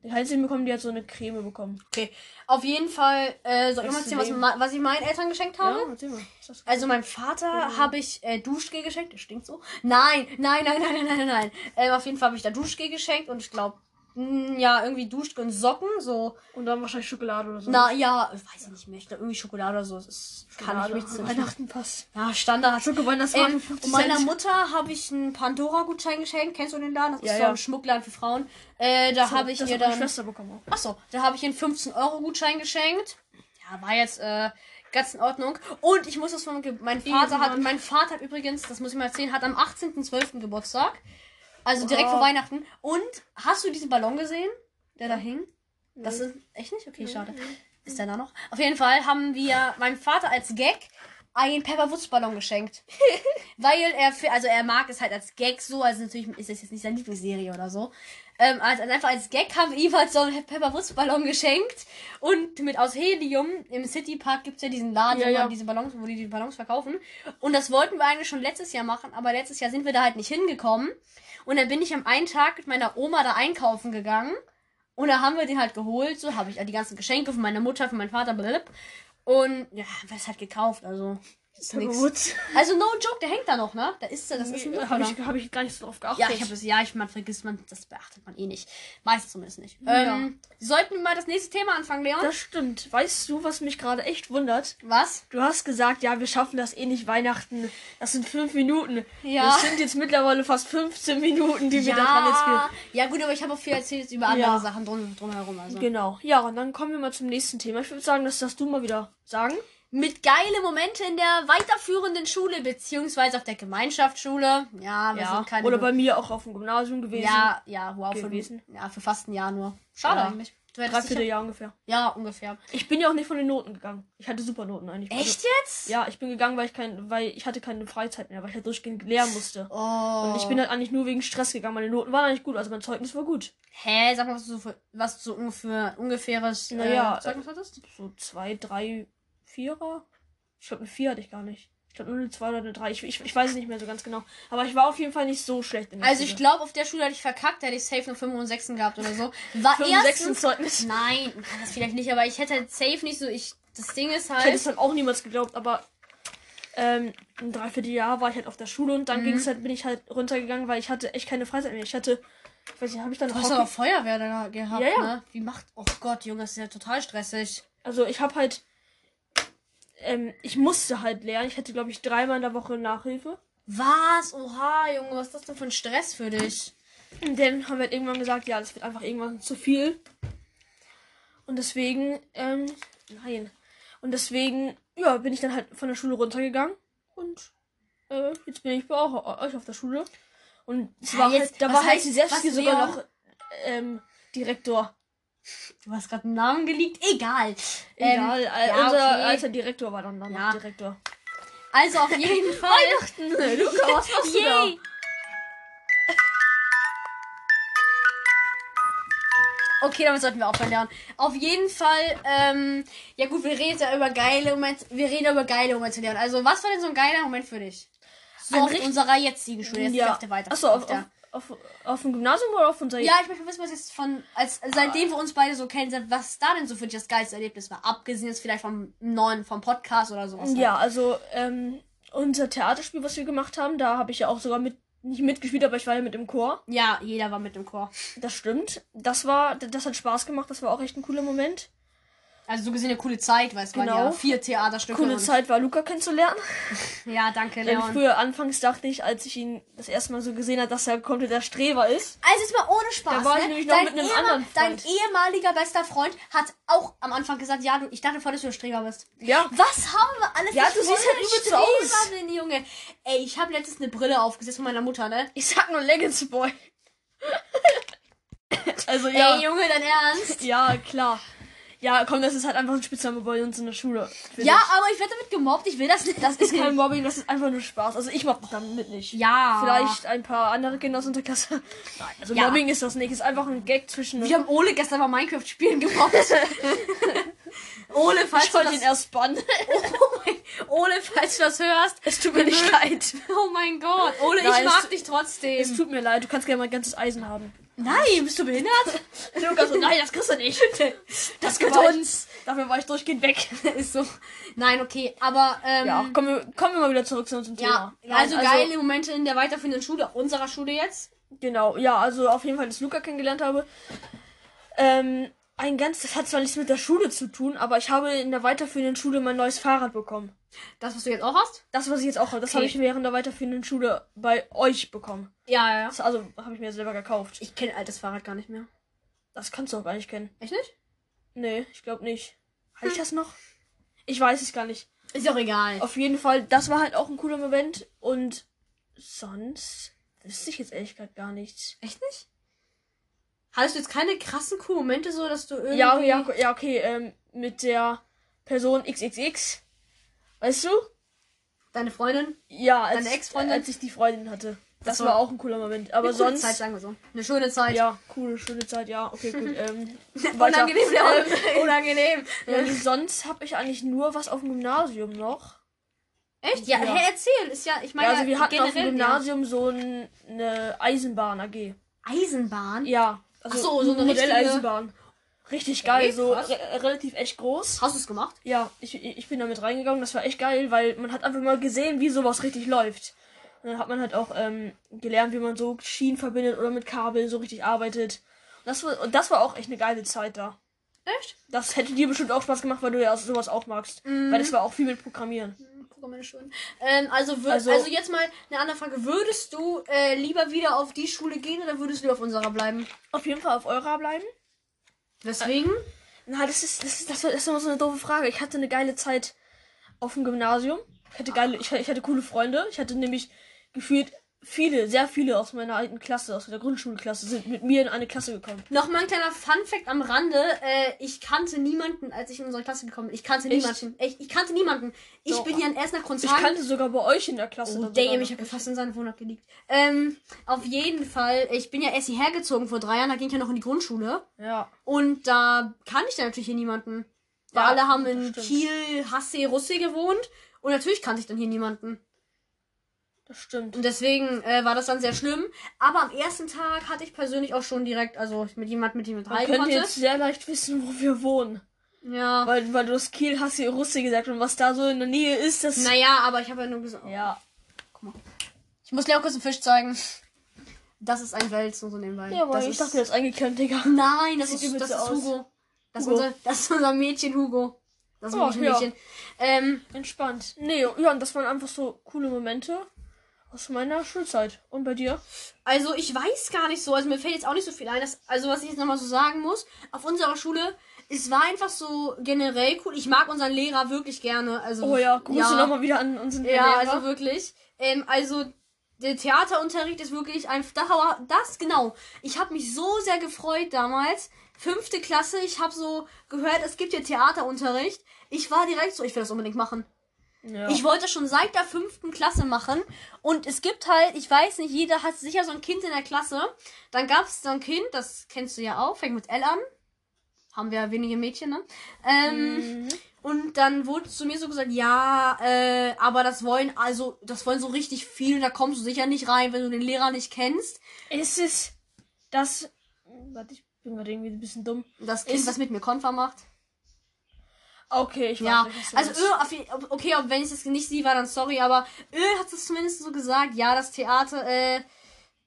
Speaker 2: Die hat 10 bekommen, die hat so eine Creme bekommen.
Speaker 1: Okay. Auf jeden Fall, äh, soll ich mal
Speaker 2: Bestes
Speaker 1: erzählen, was,
Speaker 2: Leben.
Speaker 1: ma- was ich meinen Eltern geschenkt habe?
Speaker 2: Ja, Mhm. erzähl mal. Ist das-
Speaker 1: Also meinem Vater habe ich äh, Duschgel geschenkt. Das stinkt so. Nein, nein, nein, nein, nein, nein, nein, nein. Ähm, auf jeden Fall habe ich da Duschgel geschenkt und ich glaube, ja, irgendwie Duschgel und Socken, so.
Speaker 2: Und dann wahrscheinlich Schokolade oder so.
Speaker 1: Na ja, ich weiß ich nicht mehr. Ich glaube, irgendwie Schokolade oder so. Das ist, kann ich
Speaker 2: Schokolade.
Speaker 1: nichts nicht.
Speaker 2: Weihnachten passt.
Speaker 1: Ja, Standard.
Speaker 2: Schokoweihnachtsmann.
Speaker 1: Ähm, und meiner Mutter habe ich einen Pandora-Gutschein geschenkt. Kennst du den Laden? Das ist
Speaker 2: Ja,
Speaker 1: so
Speaker 2: ja.
Speaker 1: ein Schmuckladen für Frauen. Äh, da habe ich
Speaker 2: das
Speaker 1: ihr
Speaker 2: hat meine
Speaker 1: dann.
Speaker 2: Schwester bekommen auch.
Speaker 1: Achso, da habe ich ihr einen 15-Euro-Gutschein geschenkt. Ja, war jetzt äh, ganz in Ordnung. Und ich muss das von Ge- mein Vater hat,
Speaker 2: Ehrenmann.
Speaker 1: mein Vater hat übrigens, das muss ich mal erzählen, hat am 18.12. Geburtstag. Also direkt
Speaker 2: Wow.
Speaker 1: vor Weihnachten. Und hast du diesen Ballon gesehen, der da hing? Das ist echt nicht? Okay, schade. Ist der da noch? Auf jeden Fall haben wir meinem Vater als Gag einen Pepperwoods-Ballon geschenkt. Weil er, für, also er mag es halt als Gag so, also natürlich ist es jetzt nicht seine Lieblingsserie oder so. Ähm, also einfach als Gag haben wir ihm halt so einen Pepperwoods-Ballon geschenkt. Und mit aus Helium im City Park gibt es ja diesen Laden,
Speaker 2: Ja,
Speaker 1: wo, man
Speaker 2: ja.
Speaker 1: Diese Ballons, wo die die Ballons verkaufen. Und das wollten wir eigentlich schon letztes Jahr machen, aber letztes Jahr sind wir da halt nicht hingekommen. Und dann bin ich am einen Tag mit meiner Oma da einkaufen gegangen. Und da haben wir den halt geholt. So habe ich die ganzen Geschenke von meiner Mutter, von meinem Vater, blip. Und ja, haben wir das halt gekauft. Also ist nix.
Speaker 2: Superwoods.
Speaker 1: Also no joke, der hängt da noch, ne? Da ist er, das ist ein
Speaker 2: Nee, Habe
Speaker 1: Mülltonner.
Speaker 2: ich, Äh, hab ich gar nicht so drauf geachtet.
Speaker 1: Ja, ich habe es, ja, ich, man vergisst, man, das beachtet man eh nicht. Meistens zumindest nicht.
Speaker 2: Ja.
Speaker 1: Ähm, sollten wir mal das nächste Thema anfangen, Leon?
Speaker 2: Das stimmt. Weißt du, was mich gerade echt wundert?
Speaker 1: Was?
Speaker 2: Du hast gesagt, ja, wir schaffen das eh nicht Weihnachten. Das sind fünf Minuten.
Speaker 1: Ja.
Speaker 2: Das sind jetzt mittlerweile fast 15 Minuten, die wir daran jetzt
Speaker 1: Ja, ja gut, aber ich habe auch viel erzählt jetzt über andere
Speaker 2: Ja.
Speaker 1: Sachen drum, drumherum. Also.
Speaker 2: ge Genau. Ja, und dann kommen wir mal zum nächsten Thema. Ich würde sagen, das darfst du mal wieder sagen.
Speaker 1: Mit geile Momente in der weiterführenden Schule, beziehungsweise auf der Gemeinschaftsschule. Ja, wir
Speaker 2: ja.
Speaker 1: sind keine.
Speaker 2: Oder bei mir auch auf dem Gymnasium gewesen.
Speaker 1: ja, ja, wow, für,
Speaker 2: gewesen.
Speaker 1: ja, für fast ein Jahr nur. Schade
Speaker 2: Ja.
Speaker 1: eigentlich. Du
Speaker 2: Drei
Speaker 1: hättest
Speaker 2: Viertel
Speaker 1: sicher,
Speaker 2: Jahr ungefähr.
Speaker 1: ja, ungefähr. Also-
Speaker 2: Ich bin ja auch nicht von den Noten gegangen. Ich hatte super Noten eigentlich. Also
Speaker 1: Echt jetzt?
Speaker 2: Ja, ich bin gegangen, weil ich kein, weil ich hatte keine Freizeit mehr, weil ich halt durchgehend lernen musste.
Speaker 1: Oh.
Speaker 2: Und ich bin halt eigentlich nur wegen Stress gegangen. Meine Noten waren eigentlich gut, also mein Zeugnis war gut.
Speaker 1: Hä, sag mal, was du so, für, was du so ungefähr, ungefähres
Speaker 2: Naja,
Speaker 1: äh, Zeugnis hattest?
Speaker 2: So zwei, drei, vierer. Ich glaube, eine vier hatte ich gar nicht. Ich glaube, nur eine zwei oder eine drei. Ich, ich, ich weiß es nicht mehr so ganz genau. Aber ich war auf jeden Fall nicht so schlecht in der
Speaker 1: Also ich
Speaker 2: Schule.
Speaker 1: glaube, auf der Schule hätte ich verkackt, hätte ich safe nur 5 und 6 gehabt oder so. War
Speaker 2: Fünf, sechsten
Speaker 1: erstens...
Speaker 2: Zeugnis.
Speaker 1: Nenein, das vielleicht nicht, aber ich hätte halt safe nicht so... Ich, das Ding ist
Speaker 2: Ich hätte es
Speaker 1: halt...
Speaker 2: halt auch niemals geglaubt, aber ähm, ein Dreivierteljahr war ich halt auf der Schule und
Speaker 1: Mhm.
Speaker 2: dann ging's halt, bin ich halt runtergegangen, weil ich hatte echt keine Freizeit mehr. Ich hatte, ich weiß nicht, habe ich dann
Speaker 1: Du hast
Speaker 2: Hockey-
Speaker 1: aber Feuerwehr da gehabt,
Speaker 2: Ja, ja.
Speaker 1: ne? Wie macht... Oh Gott, Junge, das ist ja total stressig.
Speaker 2: Also ich habe halt, ähm, ich musste halt lernen. Ich hatte, glaube ich, dreimal in der Woche Nachhilfe.
Speaker 1: Was? Oha, Junge, was ist das denn für ein Stress für dich?
Speaker 2: Und dann haben wir halt irgendwann gesagt, ja, das wird einfach irgendwann zu viel. Und deswegen, ähm, nein. Und deswegen, ja, bin ich dann halt von der Schule runtergegangen. Und äh, jetzt bin ich bei auch, euch auf der Schule. Und es
Speaker 1: Ja,
Speaker 2: war
Speaker 1: jetzt-
Speaker 2: halt, da
Speaker 1: was
Speaker 2: war halt
Speaker 1: heißt-
Speaker 2: Siserski
Speaker 1: was
Speaker 2: sogar
Speaker 1: wäre-
Speaker 2: noch ähm, Direktor.
Speaker 1: Du hast gerade einen Namen geleakt. Egal. Ähm,
Speaker 2: Egal, äh,
Speaker 1: ja,
Speaker 2: unser
Speaker 1: okay.
Speaker 2: alter Direktor war dann dann
Speaker 1: Ja.
Speaker 2: noch Direktor.
Speaker 1: Also auf jeden Fall...
Speaker 2: Luca, Oh was machst du da?
Speaker 1: Yay! Okay, damit sollten wir aufhören lernen. Auf jeden Fall, ähm, ja gut, wir reden ja über geile Momente, wir reden über geile Momente lernen. Also, was war denn so ein geiler Moment für dich? So
Speaker 2: Ein
Speaker 1: auf
Speaker 2: richtig-
Speaker 1: unserer jetzigen Schule, jetzt nicht auf der weiteren.
Speaker 2: Achso, auf,
Speaker 1: der,
Speaker 2: auf, auf, auf dem Gymnasium oder auf unserer
Speaker 1: ja, ich möchte wissen, was jetzt von, als, seitdem wir uns beide so kennen, was da denn so für dich das geilste Erlebnis war? Abgesehen jetzt vielleicht vom neuen, vom Podcast oder sowas.
Speaker 2: Ja, also ähm, unser Theaterspiel, was wir gemacht haben, da habe ich ja auch sogar mit nicht mitgespielt, aber ich war ja mit im Chor.
Speaker 1: Ja, jeder war mit im Chor.
Speaker 2: Das stimmt. Das war, das hat Spaß gemacht. Das war auch echt ein cooler Moment.
Speaker 1: Also, so gesehen, eine coole Zeit, weil es waren
Speaker 2: Genau.
Speaker 1: ja vier Theaterstücke.
Speaker 2: Coole
Speaker 1: und-
Speaker 2: Zeit war Luca kennenzulernen.
Speaker 1: Ja, danke,
Speaker 2: Denn
Speaker 1: Leon.
Speaker 2: früher anfangs dachte ich, als ich ihn das erste Mal so gesehen habe, dass er komplett der Streber ist.
Speaker 1: Also jetzt mal ohne Spaß.
Speaker 2: Da war
Speaker 1: ne?
Speaker 2: ich nämlich noch mit einem
Speaker 1: ehemal-
Speaker 2: anderen
Speaker 1: dein
Speaker 2: Freund.
Speaker 1: ehemaliger bester Freund hat auch am Anfang gesagt, ja, du, ich dachte voll, dass du ein Streber bist.
Speaker 2: Ja.
Speaker 1: Was haben wir alles?
Speaker 2: Ja,
Speaker 1: Ich
Speaker 2: du siehst
Speaker 1: wollte
Speaker 2: halt übelst so
Speaker 1: Streber
Speaker 2: aus.
Speaker 1: bin, Junge. Ey, ich habe letztens eine Brille aufgesetzt von meiner Mutter, ne?
Speaker 2: Ich sag nur Leggings Boy. also ja.
Speaker 1: Ey, Junge, dein Ernst?
Speaker 2: ja, klar. Ja, komm, das ist halt einfach ein Spitzname bei uns in der Schule. finde
Speaker 1: ja, aber ich werde damit gemobbt. Ich will das nicht. Das
Speaker 2: ist kein Mobbing, das ist einfach nur Spaß. Also ich mobbe damit nicht.
Speaker 1: Ja.
Speaker 2: Vielleicht ein paar andere Kinder aus unserer Klasse. Nein, also
Speaker 1: Ah. Ja.
Speaker 2: Mobbing ist das nicht. Ist einfach ein Gag zwischen.
Speaker 1: Wir haben Ole gestern bei Minecraft spielen gemobbt. Ole, falls
Speaker 2: ich
Speaker 1: du
Speaker 2: wollte
Speaker 1: das,
Speaker 2: ihn erst bannen.
Speaker 1: oh mein, Ole, falls du das hörst.
Speaker 2: Es tut mir nicht leid.
Speaker 1: Oh mein Gott. Ole,
Speaker 2: Nein,
Speaker 1: ich
Speaker 2: es
Speaker 1: mag
Speaker 2: tu-
Speaker 1: dich trotzdem.
Speaker 2: Es tut mir leid. Du kannst gerne mein ganzes Eisen haben.
Speaker 1: Nein, bist du behindert?
Speaker 2: Lukas,
Speaker 1: oh
Speaker 2: so, nein, das kriegst du nicht.
Speaker 1: Das
Speaker 2: gehört
Speaker 1: war ich-
Speaker 2: uns. Dafür war ich durchgehend weg.
Speaker 1: Ist so. Nein, okay, aber ähm,
Speaker 2: Ja, kommen wir, kommen wir mal wieder zurück zu unserem
Speaker 1: ja,
Speaker 2: Thema. Nein,
Speaker 1: also, geile Momente in der weiterführenden Schule, unserer Schule jetzt.
Speaker 2: Genau, ja, also auf jeden Fall, dass ich Luca kennengelernt habe. Ähm, ein ganz, das hat zwar nichts mit der Schule zu tun, aber ich habe in der weiterführenden Schule mein neues Fahrrad bekommen.
Speaker 1: Das, was du jetzt auch hast?
Speaker 2: Das, was ich jetzt auch habe, das
Speaker 1: Okay.
Speaker 2: habe ich während der weiterführenden Schule bei euch bekommen.
Speaker 1: Ja, ja. ja.
Speaker 2: Das, also habe ich mir selber gekauft.
Speaker 1: Ich kenne altes Fahrrad gar nicht mehr.
Speaker 2: Das kannst du auch gar nicht kennen.
Speaker 1: Echt nicht?
Speaker 2: Nee, ich glaube nicht. Habe
Speaker 1: Hm.
Speaker 2: ich das noch? Ich weiß es gar nicht.
Speaker 1: Ist auch egal.
Speaker 2: Auf jeden Fall, das war halt auch ein cooler Moment. Und sonst wüsste ich jetzt ehrlich gesagt gar nichts.
Speaker 1: Echt nicht? Hattest du jetzt keine krassen coolen Momente so, dass du irgendwie.
Speaker 2: Ja, ja, ja, okay, ähm, mit der Person XXX. Weißt du?
Speaker 1: Deine Freundin?
Speaker 2: Ja, als,
Speaker 1: Deine Ex-Freundin?
Speaker 2: als ich die Freundin hatte. Das
Speaker 1: Ach so.
Speaker 2: war auch ein cooler Moment. Aber
Speaker 1: Eine coole
Speaker 2: sonst.
Speaker 1: Zeit, sagen wir so. Eine schöne Zeit.
Speaker 2: Ja, coole, schöne Zeit, ja. Okay, gut. Ähm, weiter.
Speaker 1: Unangenehm, Leon. Unangenehm.
Speaker 2: Ähm, sonst habe ich eigentlich nur was auf dem Gymnasium noch.
Speaker 1: Echt? Ja,
Speaker 2: Ja.
Speaker 1: hä, erzähl. Ist ja, ich meine,
Speaker 2: Ja, also wir hatten auf dem
Speaker 1: generell,
Speaker 2: Gymnasium so ein, eine Eisenbahn AG.
Speaker 1: Ja. Eisenbahn?
Speaker 2: Ja. Also
Speaker 1: Ach so, so eine richtige-
Speaker 2: Modelleisenbahn. Richtig geil,
Speaker 1: Echt?
Speaker 2: so
Speaker 1: Krass.
Speaker 2: re relativ echt groß.
Speaker 1: Hast du es gemacht?
Speaker 2: Ja, ich, ich bin damit reingegangen, das war echt geil, weil man hat einfach mal gesehen, wie sowas richtig läuft. Und dann hat man halt auch ähm, gelernt, wie man so Schienen verbindet oder mit Kabel so richtig arbeitet. Und das war, und das war auch echt eine geile Zeit da.
Speaker 1: Echt?
Speaker 2: Das hätte dir bestimmt auch Spaß gemacht, weil du ja sowas auch magst.
Speaker 1: Mhm.
Speaker 2: Weil das war auch viel mit Programmieren.
Speaker 1: Programmieren schon. Ähm, also, wür- also,
Speaker 2: Also-
Speaker 1: jetzt mal eine andere Frage. Würdest du äh, lieber wieder auf die Schule gehen oder würdest du lieber auf unserer bleiben?
Speaker 2: Auf jeden Fall auf eurer bleiben.
Speaker 1: Weswegen?
Speaker 2: Na, das ist, das ist, das war, das ist immer so eine doofe Frage. Ich hatte eine geile Zeit auf dem Gymnasium. Ich hatte geile, ich, ich hatte coole Freunde. Ich hatte nämlich gefühlt viele, sehr viele aus meiner alten Klasse, aus der Grundschulklasse, sind mit mir in eine Klasse gekommen.
Speaker 1: Nochmal ein kleiner Fun-Fact am Rande. Äh, ich kannte niemanden, als ich in unsere Klasse gekommen bin. Ich kannte
Speaker 2: Echt?
Speaker 1: niemanden. Ich, ich kannte niemanden. Ich
Speaker 2: Doch.
Speaker 1: bin hier in Erst nach
Speaker 2: Ich
Speaker 1: Grundshagen.
Speaker 2: kannte sogar bei euch in der Klasse.
Speaker 1: Oh,
Speaker 2: dann
Speaker 1: damn,
Speaker 2: sogar
Speaker 1: ich
Speaker 2: noch.
Speaker 1: habe fast in seine Wohnung gelegt. Ähm, auf jeden Fall, ich bin ja erst hierher gezogen vor drei Jahren, da ging ich ja noch in die Grundschule.
Speaker 2: Ja.
Speaker 1: Und da kannte ich dann natürlich hier niemanden. Weil
Speaker 2: Ja,
Speaker 1: alle haben in
Speaker 2: das stimmt.
Speaker 1: Kiel, Hasse, Russe gewohnt. Und natürlich kannte ich dann hier niemanden.
Speaker 2: Das stimmt.
Speaker 1: Und deswegen äh, war das dann sehr schlimm. Aber am ersten Tag hatte ich persönlich auch schon direkt, also mit jemand, mit dem ich
Speaker 2: Man
Speaker 1: rein
Speaker 2: könnte
Speaker 1: konnte.
Speaker 2: jetzt sehr leicht wissen, wo wir wohnen.
Speaker 1: Ja.
Speaker 2: Weil, weil du das Kiel hast hier Russe gesagt und was da so in der Nähe ist, das.
Speaker 1: Naja, aber ich habe ja nur gesagt.
Speaker 2: Ja.
Speaker 1: Ich muss Leo kurz einen Fisch zeigen. Das ist ein Wels, nur so nebenbei.
Speaker 2: Ja,
Speaker 1: das
Speaker 2: weil ich
Speaker 1: ist,
Speaker 2: dachte, das ist eingeklemmt, Digga.
Speaker 1: Nein, das
Speaker 2: Sieht
Speaker 1: ist,
Speaker 2: übel
Speaker 1: das
Speaker 2: so
Speaker 1: ist
Speaker 2: aus.
Speaker 1: Hugo. Das,
Speaker 2: Hugo.
Speaker 1: Ist unser, das ist unser Mädchen Hugo. Das ist
Speaker 2: Oh,
Speaker 1: wirklich ein
Speaker 2: ja.
Speaker 1: Mädchen. Ähm,
Speaker 2: Entspannt. Nee, ja, und das waren einfach so coole Momente aus meiner Schulzeit. Und bei dir?
Speaker 1: also ich weiß gar nicht so, also mir fällt jetzt auch nicht so viel ein. Dass, also was ich jetzt nochmal so sagen muss, auf unserer Schule, es war einfach so generell cool. Ich mag unseren Lehrer wirklich gerne. Also,
Speaker 2: Oh ja, Grüße nochmal wieder an unseren
Speaker 1: Ja,
Speaker 2: Lehrer.
Speaker 1: also wirklich. Ähm, also der Theaterunterricht ist wirklich ein da war- das genau. Ich habe mich so sehr gefreut damals. Fünfte Klasse, ich habe so gehört, es gibt hier Theaterunterricht. Ich war direkt so, ich will das unbedingt machen.
Speaker 2: ja.
Speaker 1: Ich wollte das schon seit der fünften Klasse machen. Und es gibt halt, ich weiß nicht, jeder hat sicher so ein Kind in der Klasse. Dann gab es so ein Kind, das kennst du ja auch, fängt mit L an. Haben wir ja wenige Mädchen, ne? Ähm,
Speaker 2: Mhm.
Speaker 1: und dann wurde zu mir so gesagt, ja, äh, aber das wollen also, das wollen so richtig viele, da kommst du sicher nicht rein, wenn du den Lehrer nicht kennst.
Speaker 2: Ist es das. Warte, ich bin gerade irgendwie ein bisschen dumm.
Speaker 1: Das Kind,
Speaker 2: Ist-
Speaker 1: was mit mir Konfer macht.
Speaker 2: Okay, ich weiß
Speaker 1: Ja,
Speaker 2: nicht, was du
Speaker 1: also
Speaker 2: meinst.
Speaker 1: Öl, auf je- ob- okay, ob wenn ich das nicht sie war, dann sorry, aber Öl hat es zumindest so gesagt, ja, das Theater, äh,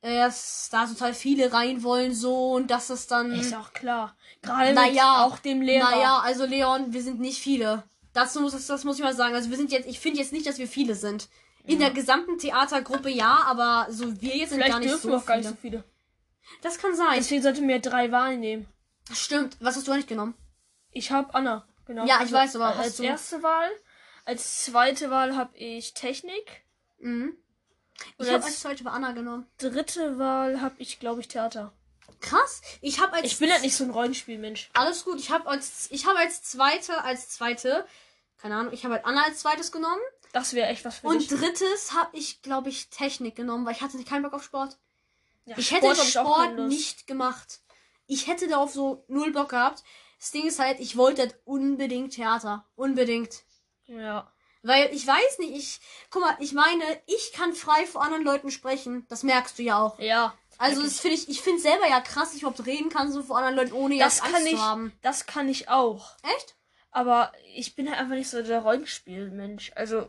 Speaker 1: äh, dass da total viele rein wollen, so, und dass das dann,
Speaker 2: Ist auch klar. Gerade mit
Speaker 1: Naja.
Speaker 2: auch dem Lehrer.
Speaker 1: naja, also Leon, wir sind nicht viele. Dazu muss, das, das muss ich mal sagen, also wir sind jetzt, ich finde jetzt nicht, dass wir viele sind. In der gesamten Theatergruppe ja, aber so wir jetzt sind
Speaker 2: Vielleicht
Speaker 1: gar nicht
Speaker 2: dürfen
Speaker 1: so
Speaker 2: wir auch gar nicht
Speaker 1: viele.
Speaker 2: so viele.
Speaker 1: Das kann sein.
Speaker 2: Deswegen sollten wir drei Wahlen nehmen.
Speaker 1: Stimmt. Was hast du nicht genommen?
Speaker 2: Ich habe Anna, genau.
Speaker 1: Ja, ich weiß, aber
Speaker 2: Als
Speaker 1: hast du-
Speaker 2: erste Wahl. Als zweite Wahl habe ich Technik.
Speaker 1: Mhm. Ich
Speaker 2: Und
Speaker 1: habe
Speaker 2: als-
Speaker 1: als zweite bei Anna genommen.
Speaker 2: Dritte Wahl habe ich, glaube ich, Theater.
Speaker 1: Krass. Ich habe als
Speaker 2: Ich bin halt nicht so ein Rollenspielmensch.
Speaker 1: alles gut. Ich habe als ich habe als zweite als zweite keine Ahnung. Ich habe halt Anna als zweites genommen
Speaker 2: Das wäre echt was für
Speaker 1: und
Speaker 2: dich.
Speaker 1: drittes habe ich glaube ich Technik genommen, weil ich hatte keinen Bock auf Sport.
Speaker 2: Ja,
Speaker 1: ich hätte
Speaker 2: hab ich auch keine
Speaker 1: Sport
Speaker 2: Lust.
Speaker 1: nicht gemacht. Ich hätte darauf so null Bock gehabt. Das Ding ist halt, ich wollte halt unbedingt Theater, unbedingt.
Speaker 2: Ja.
Speaker 1: Weil ich weiß nicht, ich. Guck mal, ich meine, ich kann frei vor anderen Leuten sprechen. Das merkst du ja auch.
Speaker 2: Ja.
Speaker 1: Also das finde ich, ich finde selber ja krass, dass ich überhaupt reden kann, so vor anderen Leuten, ohne
Speaker 2: Das
Speaker 1: jetzt Angst
Speaker 2: kann ich,
Speaker 1: zu haben.
Speaker 2: das kann ich auch.
Speaker 1: Echt?
Speaker 2: Aber ich bin halt einfach nicht so der Rollenspielmensch. Also,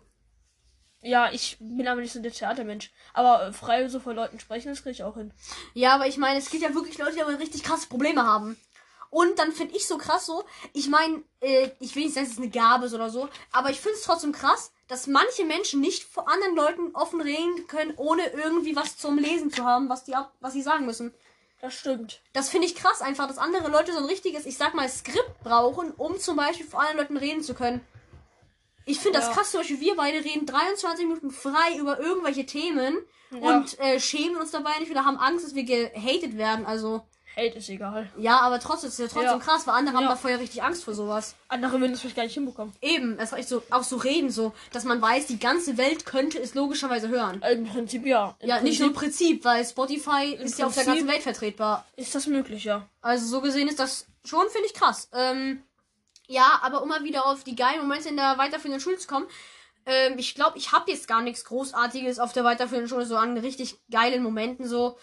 Speaker 2: ja, ich bin aber nicht so der Theatermensch. Aber äh, frei so vor Leuten sprechen, das kriege ich auch hin.
Speaker 1: Ja, aber ich meine, es gibt ja wirklich Leute, die aber richtig krasse Probleme haben. Und dann finde ich so krass so, ich meine, äh, ich will nicht sagen, es ist eine Gabe oder so, aber ich finde es trotzdem krass, dass manche Menschen nicht vor anderen Leuten offen reden können, ohne irgendwie was zum Lesen zu haben, was die, ab- was sie sagen müssen.
Speaker 2: Das stimmt.
Speaker 1: Das finde ich krass einfach, dass andere Leute so ein richtiges, ich sag mal, Skript brauchen, um zum Beispiel vor anderen Leuten reden zu können. Ich finde das
Speaker 2: Ja.
Speaker 1: krass, zum Beispiel wir beide reden 23 Minuten frei über irgendwelche Themen
Speaker 2: Ja.
Speaker 1: und äh, schämen uns dabei nicht oder haben Angst, dass wir gehatet werden. Also,
Speaker 2: Hate ist egal.
Speaker 1: ja, aber trotzdem ist es ja trotzdem
Speaker 2: Ja.
Speaker 1: krass, weil andere haben
Speaker 2: Ja.
Speaker 1: da vorher richtig Angst vor sowas.
Speaker 2: Andere würden das vielleicht gar nicht hinbekommen.
Speaker 1: Eben, es reicht so, auch so reden so, dass man weiß, die ganze Welt könnte es logischerweise hören.
Speaker 2: Äh, Im Prinzip ja. Im
Speaker 1: ja, nicht nur im
Speaker 2: Prinzip
Speaker 1: Prinzip, weil Spotify ist ja auf der
Speaker 2: Prinzip-
Speaker 1: ganzen Welt vertretbar.
Speaker 2: Ist das möglich, ja.
Speaker 1: Also so gesehen ist das schon, finde ich, krass. Ähm, ja, aber um mal wieder auf die geilen Momente in der weiterführenden Schule zu kommen. Ähm, ich glaube, ich habe jetzt gar nichts Großartiges auf der weiterführenden Schule so an richtig geilen Momenten so.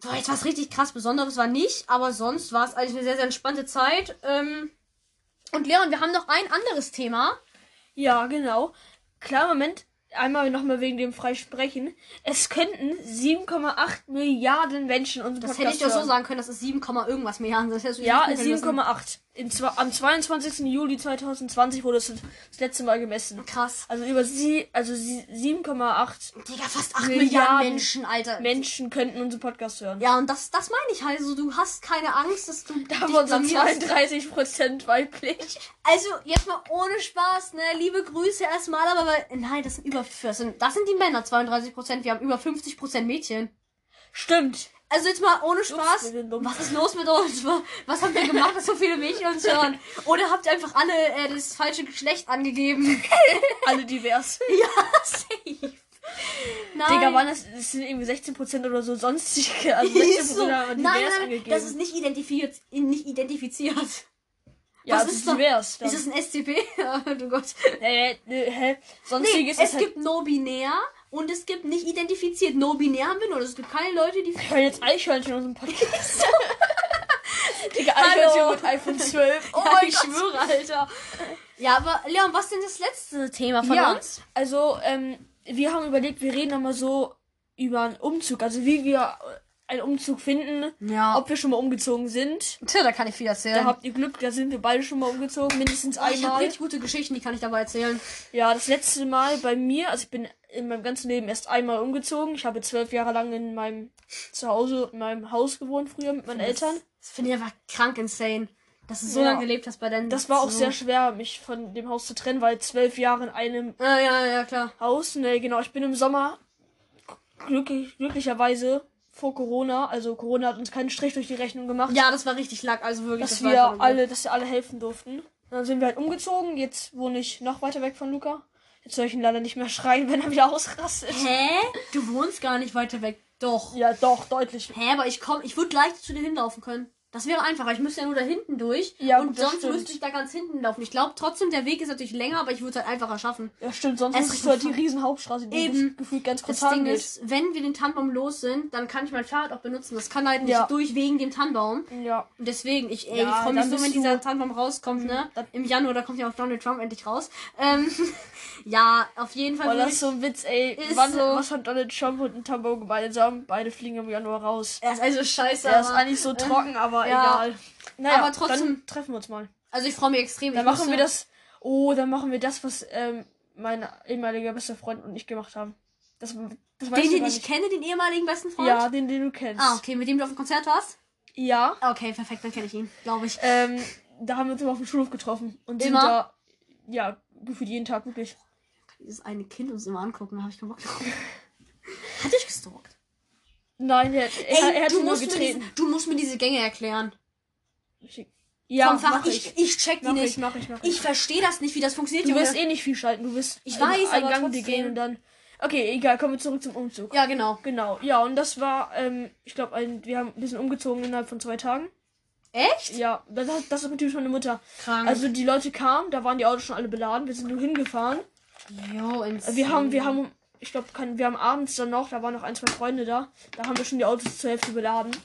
Speaker 1: Boah, jetzt was richtig krass Besonderes war nicht, aber sonst war es eigentlich eine sehr, sehr entspannte Zeit. Ähm, und Leon, wir haben noch ein anderes Thema.
Speaker 2: Ja, genau. Klar, Moment. Einmal nochmal wegen dem Freisprechen. Es könnten 7,8 Milliarden Menschen unseren
Speaker 1: Das
Speaker 2: Podcast
Speaker 1: hätte ich doch so
Speaker 2: hören.
Speaker 1: sagen können, das ist 7, Komma irgendwas Milliarden. Das hättest du
Speaker 2: Ja,
Speaker 1: nicht
Speaker 2: es
Speaker 1: googeln
Speaker 2: ist
Speaker 1: müssen.
Speaker 2: 7,8. In zwa- Am 22. Juli 2020 wurde es das das letzte Mal gemessen.
Speaker 1: Krass.
Speaker 2: Also über sie, also sie- 7,8
Speaker 1: Digga, fast 8
Speaker 2: Milliarden
Speaker 1: Milliarden, Menschen, Alter.
Speaker 2: Menschen könnten unseren Podcast hören.
Speaker 1: Ja, und das, das meine ich halt. Also, du hast keine Angst, dass du. dich
Speaker 2: Davon sind
Speaker 1: blamierst.
Speaker 2: 32% weiblich.
Speaker 1: Also, jetzt mal ohne Spaß, ne? Liebe Grüße erstmal, aber weil, nein, das sind über, das sind, das sind die Männer, 32%. Wir haben über 50% Mädchen.
Speaker 2: Stimmt.
Speaker 1: Also jetzt mal ohne Spaß.
Speaker 2: wir sind dumm.
Speaker 1: Was ist los mit uns? Wa- Was habt ihr gemacht, dass so viele Mädchen uns hören? Oder habt ihr einfach alle äh, das falsche Geschlecht angegeben?
Speaker 2: Alle divers.
Speaker 1: Safe. Nein.
Speaker 2: Digga, waren das, das sind irgendwie 16% oder so sonstige. Also 16%
Speaker 1: ist so.
Speaker 2: haben
Speaker 1: Nein,
Speaker 2: divers
Speaker 1: nein, nein,
Speaker 2: angegeben.
Speaker 1: das ist nicht identifiziert. Nicht identifiziert.
Speaker 2: ja,
Speaker 1: das
Speaker 2: das
Speaker 1: ist
Speaker 2: ist
Speaker 1: doch-
Speaker 2: divers. Dann.
Speaker 1: Ist es ein SCP? oh Gott.
Speaker 2: Äh, äh, hä?
Speaker 1: Nee,
Speaker 2: Sonstiges
Speaker 1: es
Speaker 2: ist halt,
Speaker 1: gibt no-binär und es gibt nicht identifiziert. No-binär haben wir nur. Es gibt keine Leute, die...
Speaker 2: Ich höre jetzt Eichhörnchen in unserem Podcast. Digga, Eichhörnchen
Speaker 1: Hallo.
Speaker 2: mit iPhone 12. Oh
Speaker 1: Ja,
Speaker 2: mein
Speaker 1: ich
Speaker 2: Gott.
Speaker 1: schwöre, Alter. Ja, aber Leon, was ist denn das letzte Thema von
Speaker 2: Ja.
Speaker 1: uns?
Speaker 2: Also, ähm, wir haben überlegt, wir reden nochmal so über einen Umzug. Also, wie wir äh, einen Umzug finden.
Speaker 1: Ja.
Speaker 2: Ob wir schon mal umgezogen sind.
Speaker 1: Tja, da kann ich viel erzählen.
Speaker 2: Da habt ihr Glück, da sind wir beide schon mal umgezogen. Mindestens
Speaker 1: Oh, ich habe
Speaker 2: einmal.
Speaker 1: richtig gute Geschichten, die kann ich dabei erzählen.
Speaker 2: Ja, das letzte Mal bei mir, also ich bin in meinem ganzen Leben erst einmal umgezogen. Ich habe zwölf Jahre lang in meinem Zuhause, in meinem Haus gewohnt früher mit meinen Eltern.
Speaker 1: Das finde ich einfach krank insane, dass du so
Speaker 2: Ja.
Speaker 1: lange gelebt hast bei deinen.
Speaker 2: Das war auch
Speaker 1: so.
Speaker 2: sehr schwer, mich von dem Haus zu trennen, weil zwölf Jahre in einem
Speaker 1: Ja, ja, ja, klar.
Speaker 2: Haus. Ne, genau, ich bin im Sommer glücklich, glücklicherweise vor Corona, also Corona hat uns keinen Strich durch die Rechnung gemacht,
Speaker 1: Ja, das war richtig lack, also wirklich.
Speaker 2: dass
Speaker 1: das war einfach
Speaker 2: wir
Speaker 1: nur-
Speaker 2: alle, dass wir alle helfen durften. Und dann sind wir halt umgezogen. Jetzt wohne ich noch weiter weg von Luca. Jetzt höre ich ihn leider nicht mehr schreien, wenn er wieder ausrastet.
Speaker 1: Hä? Du wohnst gar nicht weiter weg. Doch.
Speaker 2: Ja, doch, deutlich
Speaker 1: Hä, aber ich komm, ich würde leicht zu dir hinlaufen können. Das wäre einfacher. Ich müsste ja nur da hinten durch.
Speaker 2: Ja,
Speaker 1: und
Speaker 2: gut, das
Speaker 1: sonst
Speaker 2: stimmt.
Speaker 1: müsste ich da ganz hinten laufen. Ich glaube trotzdem, der Weg ist natürlich länger, aber ich würde es halt einfacher schaffen.
Speaker 2: Ja, stimmt, sonst
Speaker 1: Es
Speaker 2: es
Speaker 1: ist
Speaker 2: ist halt die
Speaker 1: gefahren.
Speaker 2: riesen Hauptstraße, die
Speaker 1: Eben.
Speaker 2: Eben. gefühlt ganz kurz
Speaker 1: Das Ding
Speaker 2: angeht.
Speaker 1: ist, wenn wir den Tannenbaum los sind, dann kann ich mein Fahrrad auch benutzen. Das kann halt nicht
Speaker 2: Ja.
Speaker 1: durch wegen dem Tannenbaum.
Speaker 2: Ja.
Speaker 1: Und deswegen, ich, ey,
Speaker 2: Ja,
Speaker 1: ich freue mich
Speaker 2: dann
Speaker 1: so,
Speaker 2: bist
Speaker 1: wenn
Speaker 2: du-
Speaker 1: dieser Tannenbaum rauskommt, ne?
Speaker 2: dann-
Speaker 1: Im Januar, da kommt ja auch Donald Trump endlich raus. Ähm, ja, auf jeden Fall.
Speaker 2: Boah,
Speaker 1: würde
Speaker 2: Oh, das ist so ein Witz, ey.
Speaker 1: Ist
Speaker 2: Wann,
Speaker 1: so.
Speaker 2: Was hat Donald Trump und ein Tambo gemeinsam? Beide fliegen im Januar raus.
Speaker 1: er ist also scheiße.
Speaker 2: Der ist
Speaker 1: aber- äh,
Speaker 2: eigentlich so trocken, aber
Speaker 1: ja.
Speaker 2: egal. Naja,
Speaker 1: Aber trotzdem-
Speaker 2: Dann treffen wir uns mal.
Speaker 1: also ich freue mich extrem.
Speaker 2: Dann
Speaker 1: ich
Speaker 2: machen
Speaker 1: musste-
Speaker 2: wir das. Oh, dann machen wir das, was ähm, mein ehemaliger bester Freund und ich gemacht haben. Das, das weißt
Speaker 1: Den,
Speaker 2: du
Speaker 1: den
Speaker 2: gar
Speaker 1: ich kenne, den ehemaligen besten Freund?
Speaker 2: Ja, den, den du kennst.
Speaker 1: Ah, okay, mit dem du auf dem Konzert warst?
Speaker 2: Ja.
Speaker 1: Okay, perfekt, dann kenne ich ihn, glaube ich.
Speaker 2: Ähm, da haben wir uns immer auf dem Schulhof getroffen. Und sind
Speaker 1: Immer?
Speaker 2: da. Ja, gefühlt jeden Tag, wirklich.
Speaker 1: Dieses eine Kind uns immer angucken, da habe ich keinen Bock drauf. Hat dich gestalkt?
Speaker 2: Nein, er, er, er hat ihn nur getreten.
Speaker 1: Mir diese, du musst mir diese Gänge erklären.
Speaker 2: Ja,
Speaker 1: Vom Fach,
Speaker 2: mach ich.
Speaker 1: ich, ich check die
Speaker 2: Mach ich,
Speaker 1: nicht.
Speaker 2: mach ich, mach ich.
Speaker 1: Ich verstehe das nicht, wie das funktioniert.
Speaker 2: Du
Speaker 1: Junge.
Speaker 2: wirst eh nicht viel schalten, du wirst
Speaker 1: Ich weiß,
Speaker 2: einen
Speaker 1: aber
Speaker 2: Gang dir
Speaker 1: trotzdem.
Speaker 2: gehen und dann. Okay, egal, kommen wir zurück zum Umzug.
Speaker 1: ja, genau.
Speaker 2: Genau, ja, und das war, ähm, ich glaube, wir haben ein bisschen umgezogen innerhalb von zwei Tagen.
Speaker 1: Echt?
Speaker 2: Ja, das, hat- das ist natürlich meine Mutter.
Speaker 1: Krank.
Speaker 2: Also die Leute kamen, da waren die Autos schon alle beladen, wir sind nur hingefahren.
Speaker 1: Jo, insane.
Speaker 2: Wir haben, wir haben, ich glaube, wir haben abends dann noch, da waren noch ein, zwei Freunde da, da haben wir schon die Autos zur Hälfte beladen,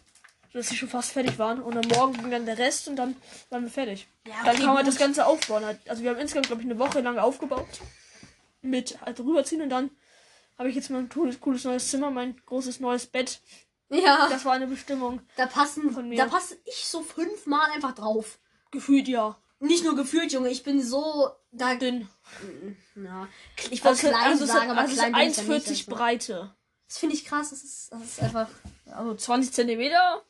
Speaker 2: sodass sie schon fast fertig waren. Und am Morgen ging dann der Rest und dann waren wir fertig.
Speaker 1: Ja,
Speaker 2: dann
Speaker 1: okay,
Speaker 2: kann man
Speaker 1: gut.
Speaker 2: das Ganze aufbauen. halt. Also wir haben insgesamt, glaube ich, eine Woche lang aufgebaut. Mit also rüberziehen und dann habe ich jetzt mein cooles, cooles neues Zimmer, mein großes neues Bett.
Speaker 1: Ja.
Speaker 2: Das war eine Bestimmung.
Speaker 1: Da passen,
Speaker 2: Von mir.
Speaker 1: da passe ich so fünfmal einfach drauf.
Speaker 2: Gefühlt ja.
Speaker 1: Nicht nur gefühlt, Junge, ich bin so, da,
Speaker 2: Dünn.
Speaker 1: na, ich wollte klein
Speaker 2: es
Speaker 1: sagen, aber
Speaker 2: also es
Speaker 1: klein bin ich dann nicht,
Speaker 2: 1,40
Speaker 1: also.
Speaker 2: Breite.
Speaker 1: Das finde ich krass, das ist, das ist einfach,
Speaker 2: Also 20 Zentimeter.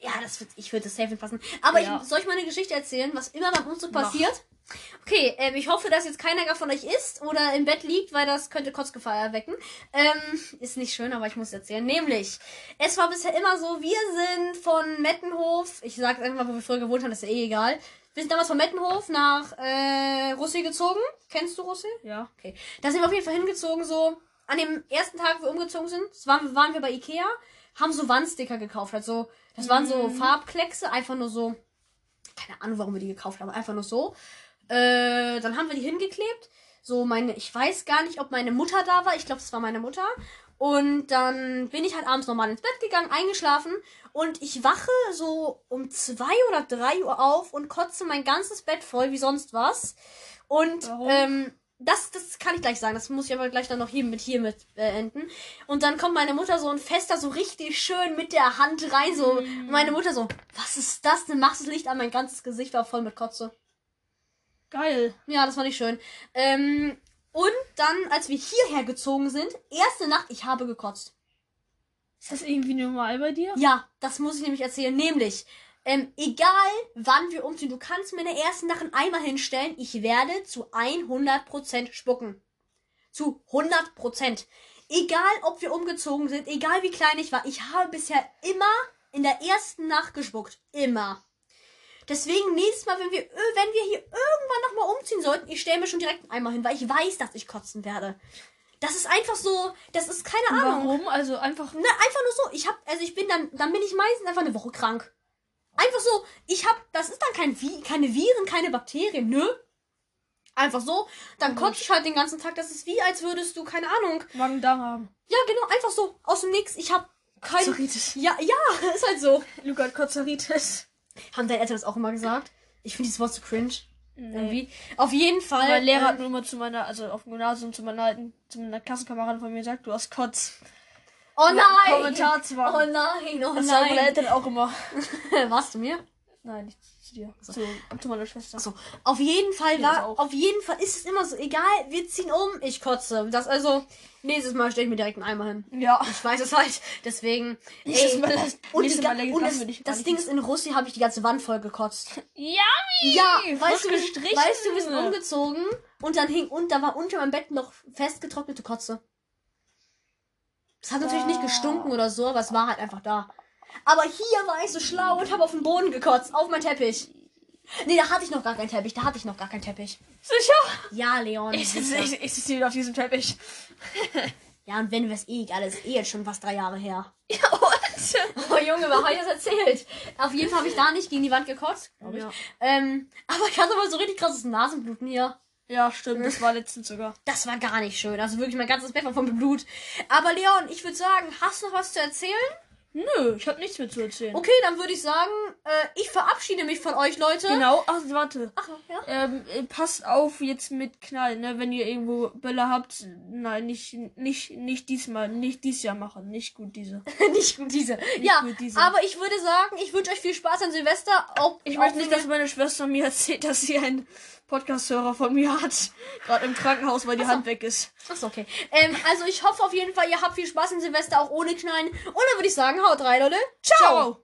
Speaker 1: ja, das wird, ich würde das safe passen. Aber
Speaker 2: Ja.
Speaker 1: ich, soll ich mal eine Geschichte erzählen, was immer beim Umzug
Speaker 2: Mach.
Speaker 1: passiert? Okay, ähm, ich hoffe, dass jetzt keiner gar von euch isst oder im Bett liegt, weil das könnte Kotzgefahr erwecken. Ähm, ist nicht schön, aber ich muss erzählen. Nämlich, es war bisher immer so, wir sind von Mettenhof, ich sag einfach mal, wo wir früher gewohnt haben, ist ja eh egal. Wir sind damals von Mettenhof nach äh, Russi gezogen. Kennst du Russi?
Speaker 2: Ja.
Speaker 1: Okay. Da sind wir auf jeden Fall hingezogen, so. An dem ersten Tag, wo wir umgezogen sind, das waren, waren wir bei Ikea, haben so Wandsticker gekauft. Also, das waren so Farbkleckse, einfach nur so. Keine Ahnung, warum wir die gekauft haben, einfach nur so. Äh, dann haben wir die hingeklebt. so meine, ich weiß gar nicht, ob meine Mutter da war. Ich glaube, es war meine Mutter. Und dann bin ich halt abends nochmal ins Bett gegangen, eingeschlafen. Und ich wache so um zwei oder drei Uhr auf und kotze mein ganzes Bett voll, wie sonst was. Und
Speaker 2: Warum?
Speaker 1: ähm, das, das kann ich gleich sagen. Das muss ich aber gleich dann noch hier mit hier mit äh, enden. Und dann kommt meine Mutter so und fest da so richtig schön mit der Hand rein. So, Und meine Mutter so, was ist das denn? Machst das Licht an, mein ganzes Gesicht war voll mit Kotze.
Speaker 2: Geil.
Speaker 1: Ja, das war nicht schön. Ähm, und dann, als wir hierher gezogen sind, erste Nacht, ich habe gekotzt.
Speaker 2: Ist das irgendwie normal bei dir?
Speaker 1: Ja, das muss ich nämlich erzählen. Nämlich, ähm, egal wann wir umziehen, du kannst mir in der ersten Nacht einen Eimer hinstellen, ich werde zu 100% spucken. Zu 100%. Egal, ob wir umgezogen sind, egal wie klein ich war, ich habe bisher immer in der ersten Nacht gespuckt. Immer. Deswegen nächstes Mal, wenn wir, ö- wenn wir hier irgendwann nochmal umziehen sollten, ich stelle mir schon direkt einen Eimer hin, weil ich weiß, dass ich kotzen werde. Das ist einfach so, das ist keine Ahnung.
Speaker 2: Warum? Also einfach.
Speaker 1: Ne, einfach nur so. Ich hab, also ich bin dann, dann bin ich meistens einfach eine Woche krank. Einfach so. Ich hab, das ist dann kein Vi keine Viren, keine Bakterien, nö. Einfach so. Dann kotze ich halt den ganzen Tag. Das ist wie, als würdest du, keine Ahnung.
Speaker 2: Magen-Darm haben.
Speaker 1: Ja, genau, einfach so. Aus dem Nix. Ich hab kein.
Speaker 2: Kotzeritis.
Speaker 1: Ja, ja, ist halt so.
Speaker 2: Luca hat Kotzeritis.
Speaker 1: Haben deine Eltern das auch immer gesagt? Ich finde dieses Wort so cringe.
Speaker 2: Nee.
Speaker 1: Irgendwie. Auf jeden Fall.
Speaker 2: Mein Lehrer
Speaker 1: ähm,
Speaker 2: hat nur immer zu meiner, also auf dem Gymnasium zu meiner alten, zu meiner Klassenkameradin von mir gesagt, du hast Kotz.
Speaker 1: Oh
Speaker 2: Ja,
Speaker 1: nein!
Speaker 2: Kommentar zu machen.
Speaker 1: Oh nein, oh
Speaker 2: Das sagen meine
Speaker 1: nein.
Speaker 2: Eltern auch immer.
Speaker 1: Warst du mir?
Speaker 2: Nein, nicht zu dir. Zu, zu meiner Schwester.
Speaker 1: So, auf jeden Fall
Speaker 2: Ja,
Speaker 1: war,
Speaker 2: das auch.
Speaker 1: auf jeden Fall ist es immer so, egal, wir ziehen um, ich kotze. Das also, nächstes Mal stelle ich mir direkt einen Eimer hin.
Speaker 2: Ja.
Speaker 1: Ich weiß es halt, deswegen.
Speaker 2: Nächstes
Speaker 1: ey,
Speaker 2: Mal lass-
Speaker 1: und die,
Speaker 2: nächstes
Speaker 1: ga-
Speaker 2: Mal lass-
Speaker 1: und
Speaker 2: lassen
Speaker 1: das,
Speaker 2: wir dich gar
Speaker 1: das
Speaker 2: nicht
Speaker 1: Ding ist, in Russi habe ich die ganze Wand voll gekotzt.
Speaker 2: Yummy!
Speaker 1: Ja,
Speaker 2: frisch
Speaker 1: weißt du, wir-
Speaker 2: gestrichen.
Speaker 1: weißt du, wir sind umgezogen und dann hing, und da war unter meinem Bett noch festgetrocknete Kotze. Das hat natürlich nicht gestunken oder so, aber es war halt einfach da. Aber hier war ich so schlau und habe auf den Boden gekotzt, auf meinen Teppich. Nee, da hatte ich noch gar keinen Teppich, da hatte ich noch gar keinen Teppich.
Speaker 2: Sicher?
Speaker 1: Ja, Leon.
Speaker 2: Ich sitze,
Speaker 1: sicher.
Speaker 2: ich, ich sitze wieder auf diesem Teppich.
Speaker 1: Ja, und wenn wir es eh, alles eh jetzt schon fast drei Jahre her.
Speaker 2: Ja, und?
Speaker 1: Oh Junge, wer hat das erzählt? Auf jeden Fall habe ich da nicht gegen die Wand gekotzt, glaube ich.
Speaker 2: Ja.
Speaker 1: Ähm, aber ich hatte mal so richtig krasses Nasenbluten hier.
Speaker 2: ja, stimmt, das war letztens sogar.
Speaker 1: Das war gar nicht schön. Also wirklich mein ganzes Bett war voll mit Blut. Aber Leon, ich würde sagen, hast du noch was zu erzählen?
Speaker 2: Nö, ich habe nichts mehr zu erzählen.
Speaker 1: Okay, dann würde ich sagen, äh, ich verabschiede mich von euch, Leute.
Speaker 2: Genau, ach, warte.
Speaker 1: Ach, ja.
Speaker 2: Ähm, äh, passt auf jetzt mit Knall, ne? Wenn ihr irgendwo Bälle habt, nein, nicht, nicht, nicht diesmal, nicht dies Jahr machen, nicht gut diese.
Speaker 1: nicht gut diese. ja,
Speaker 2: gut diese.
Speaker 1: aber ich würde sagen, ich wünsche euch viel Spaß an Silvester. Ob,
Speaker 2: Ich
Speaker 1: auch
Speaker 2: möchte
Speaker 1: wenn
Speaker 2: nicht,
Speaker 1: ihr-
Speaker 2: dass meine Schwester mir erzählt, dass sie einen Podcast-Hörer von mir hat. Gerade im Krankenhaus, weil die Hand weg ist.
Speaker 1: Ach so, okay. Ähm, also ich hoffe auf jeden Fall, ihr habt viel Spaß in Silvester auch ohne Knallen. Und dann würde ich sagen, haut rein, Leute. Ciao.
Speaker 2: Ciao.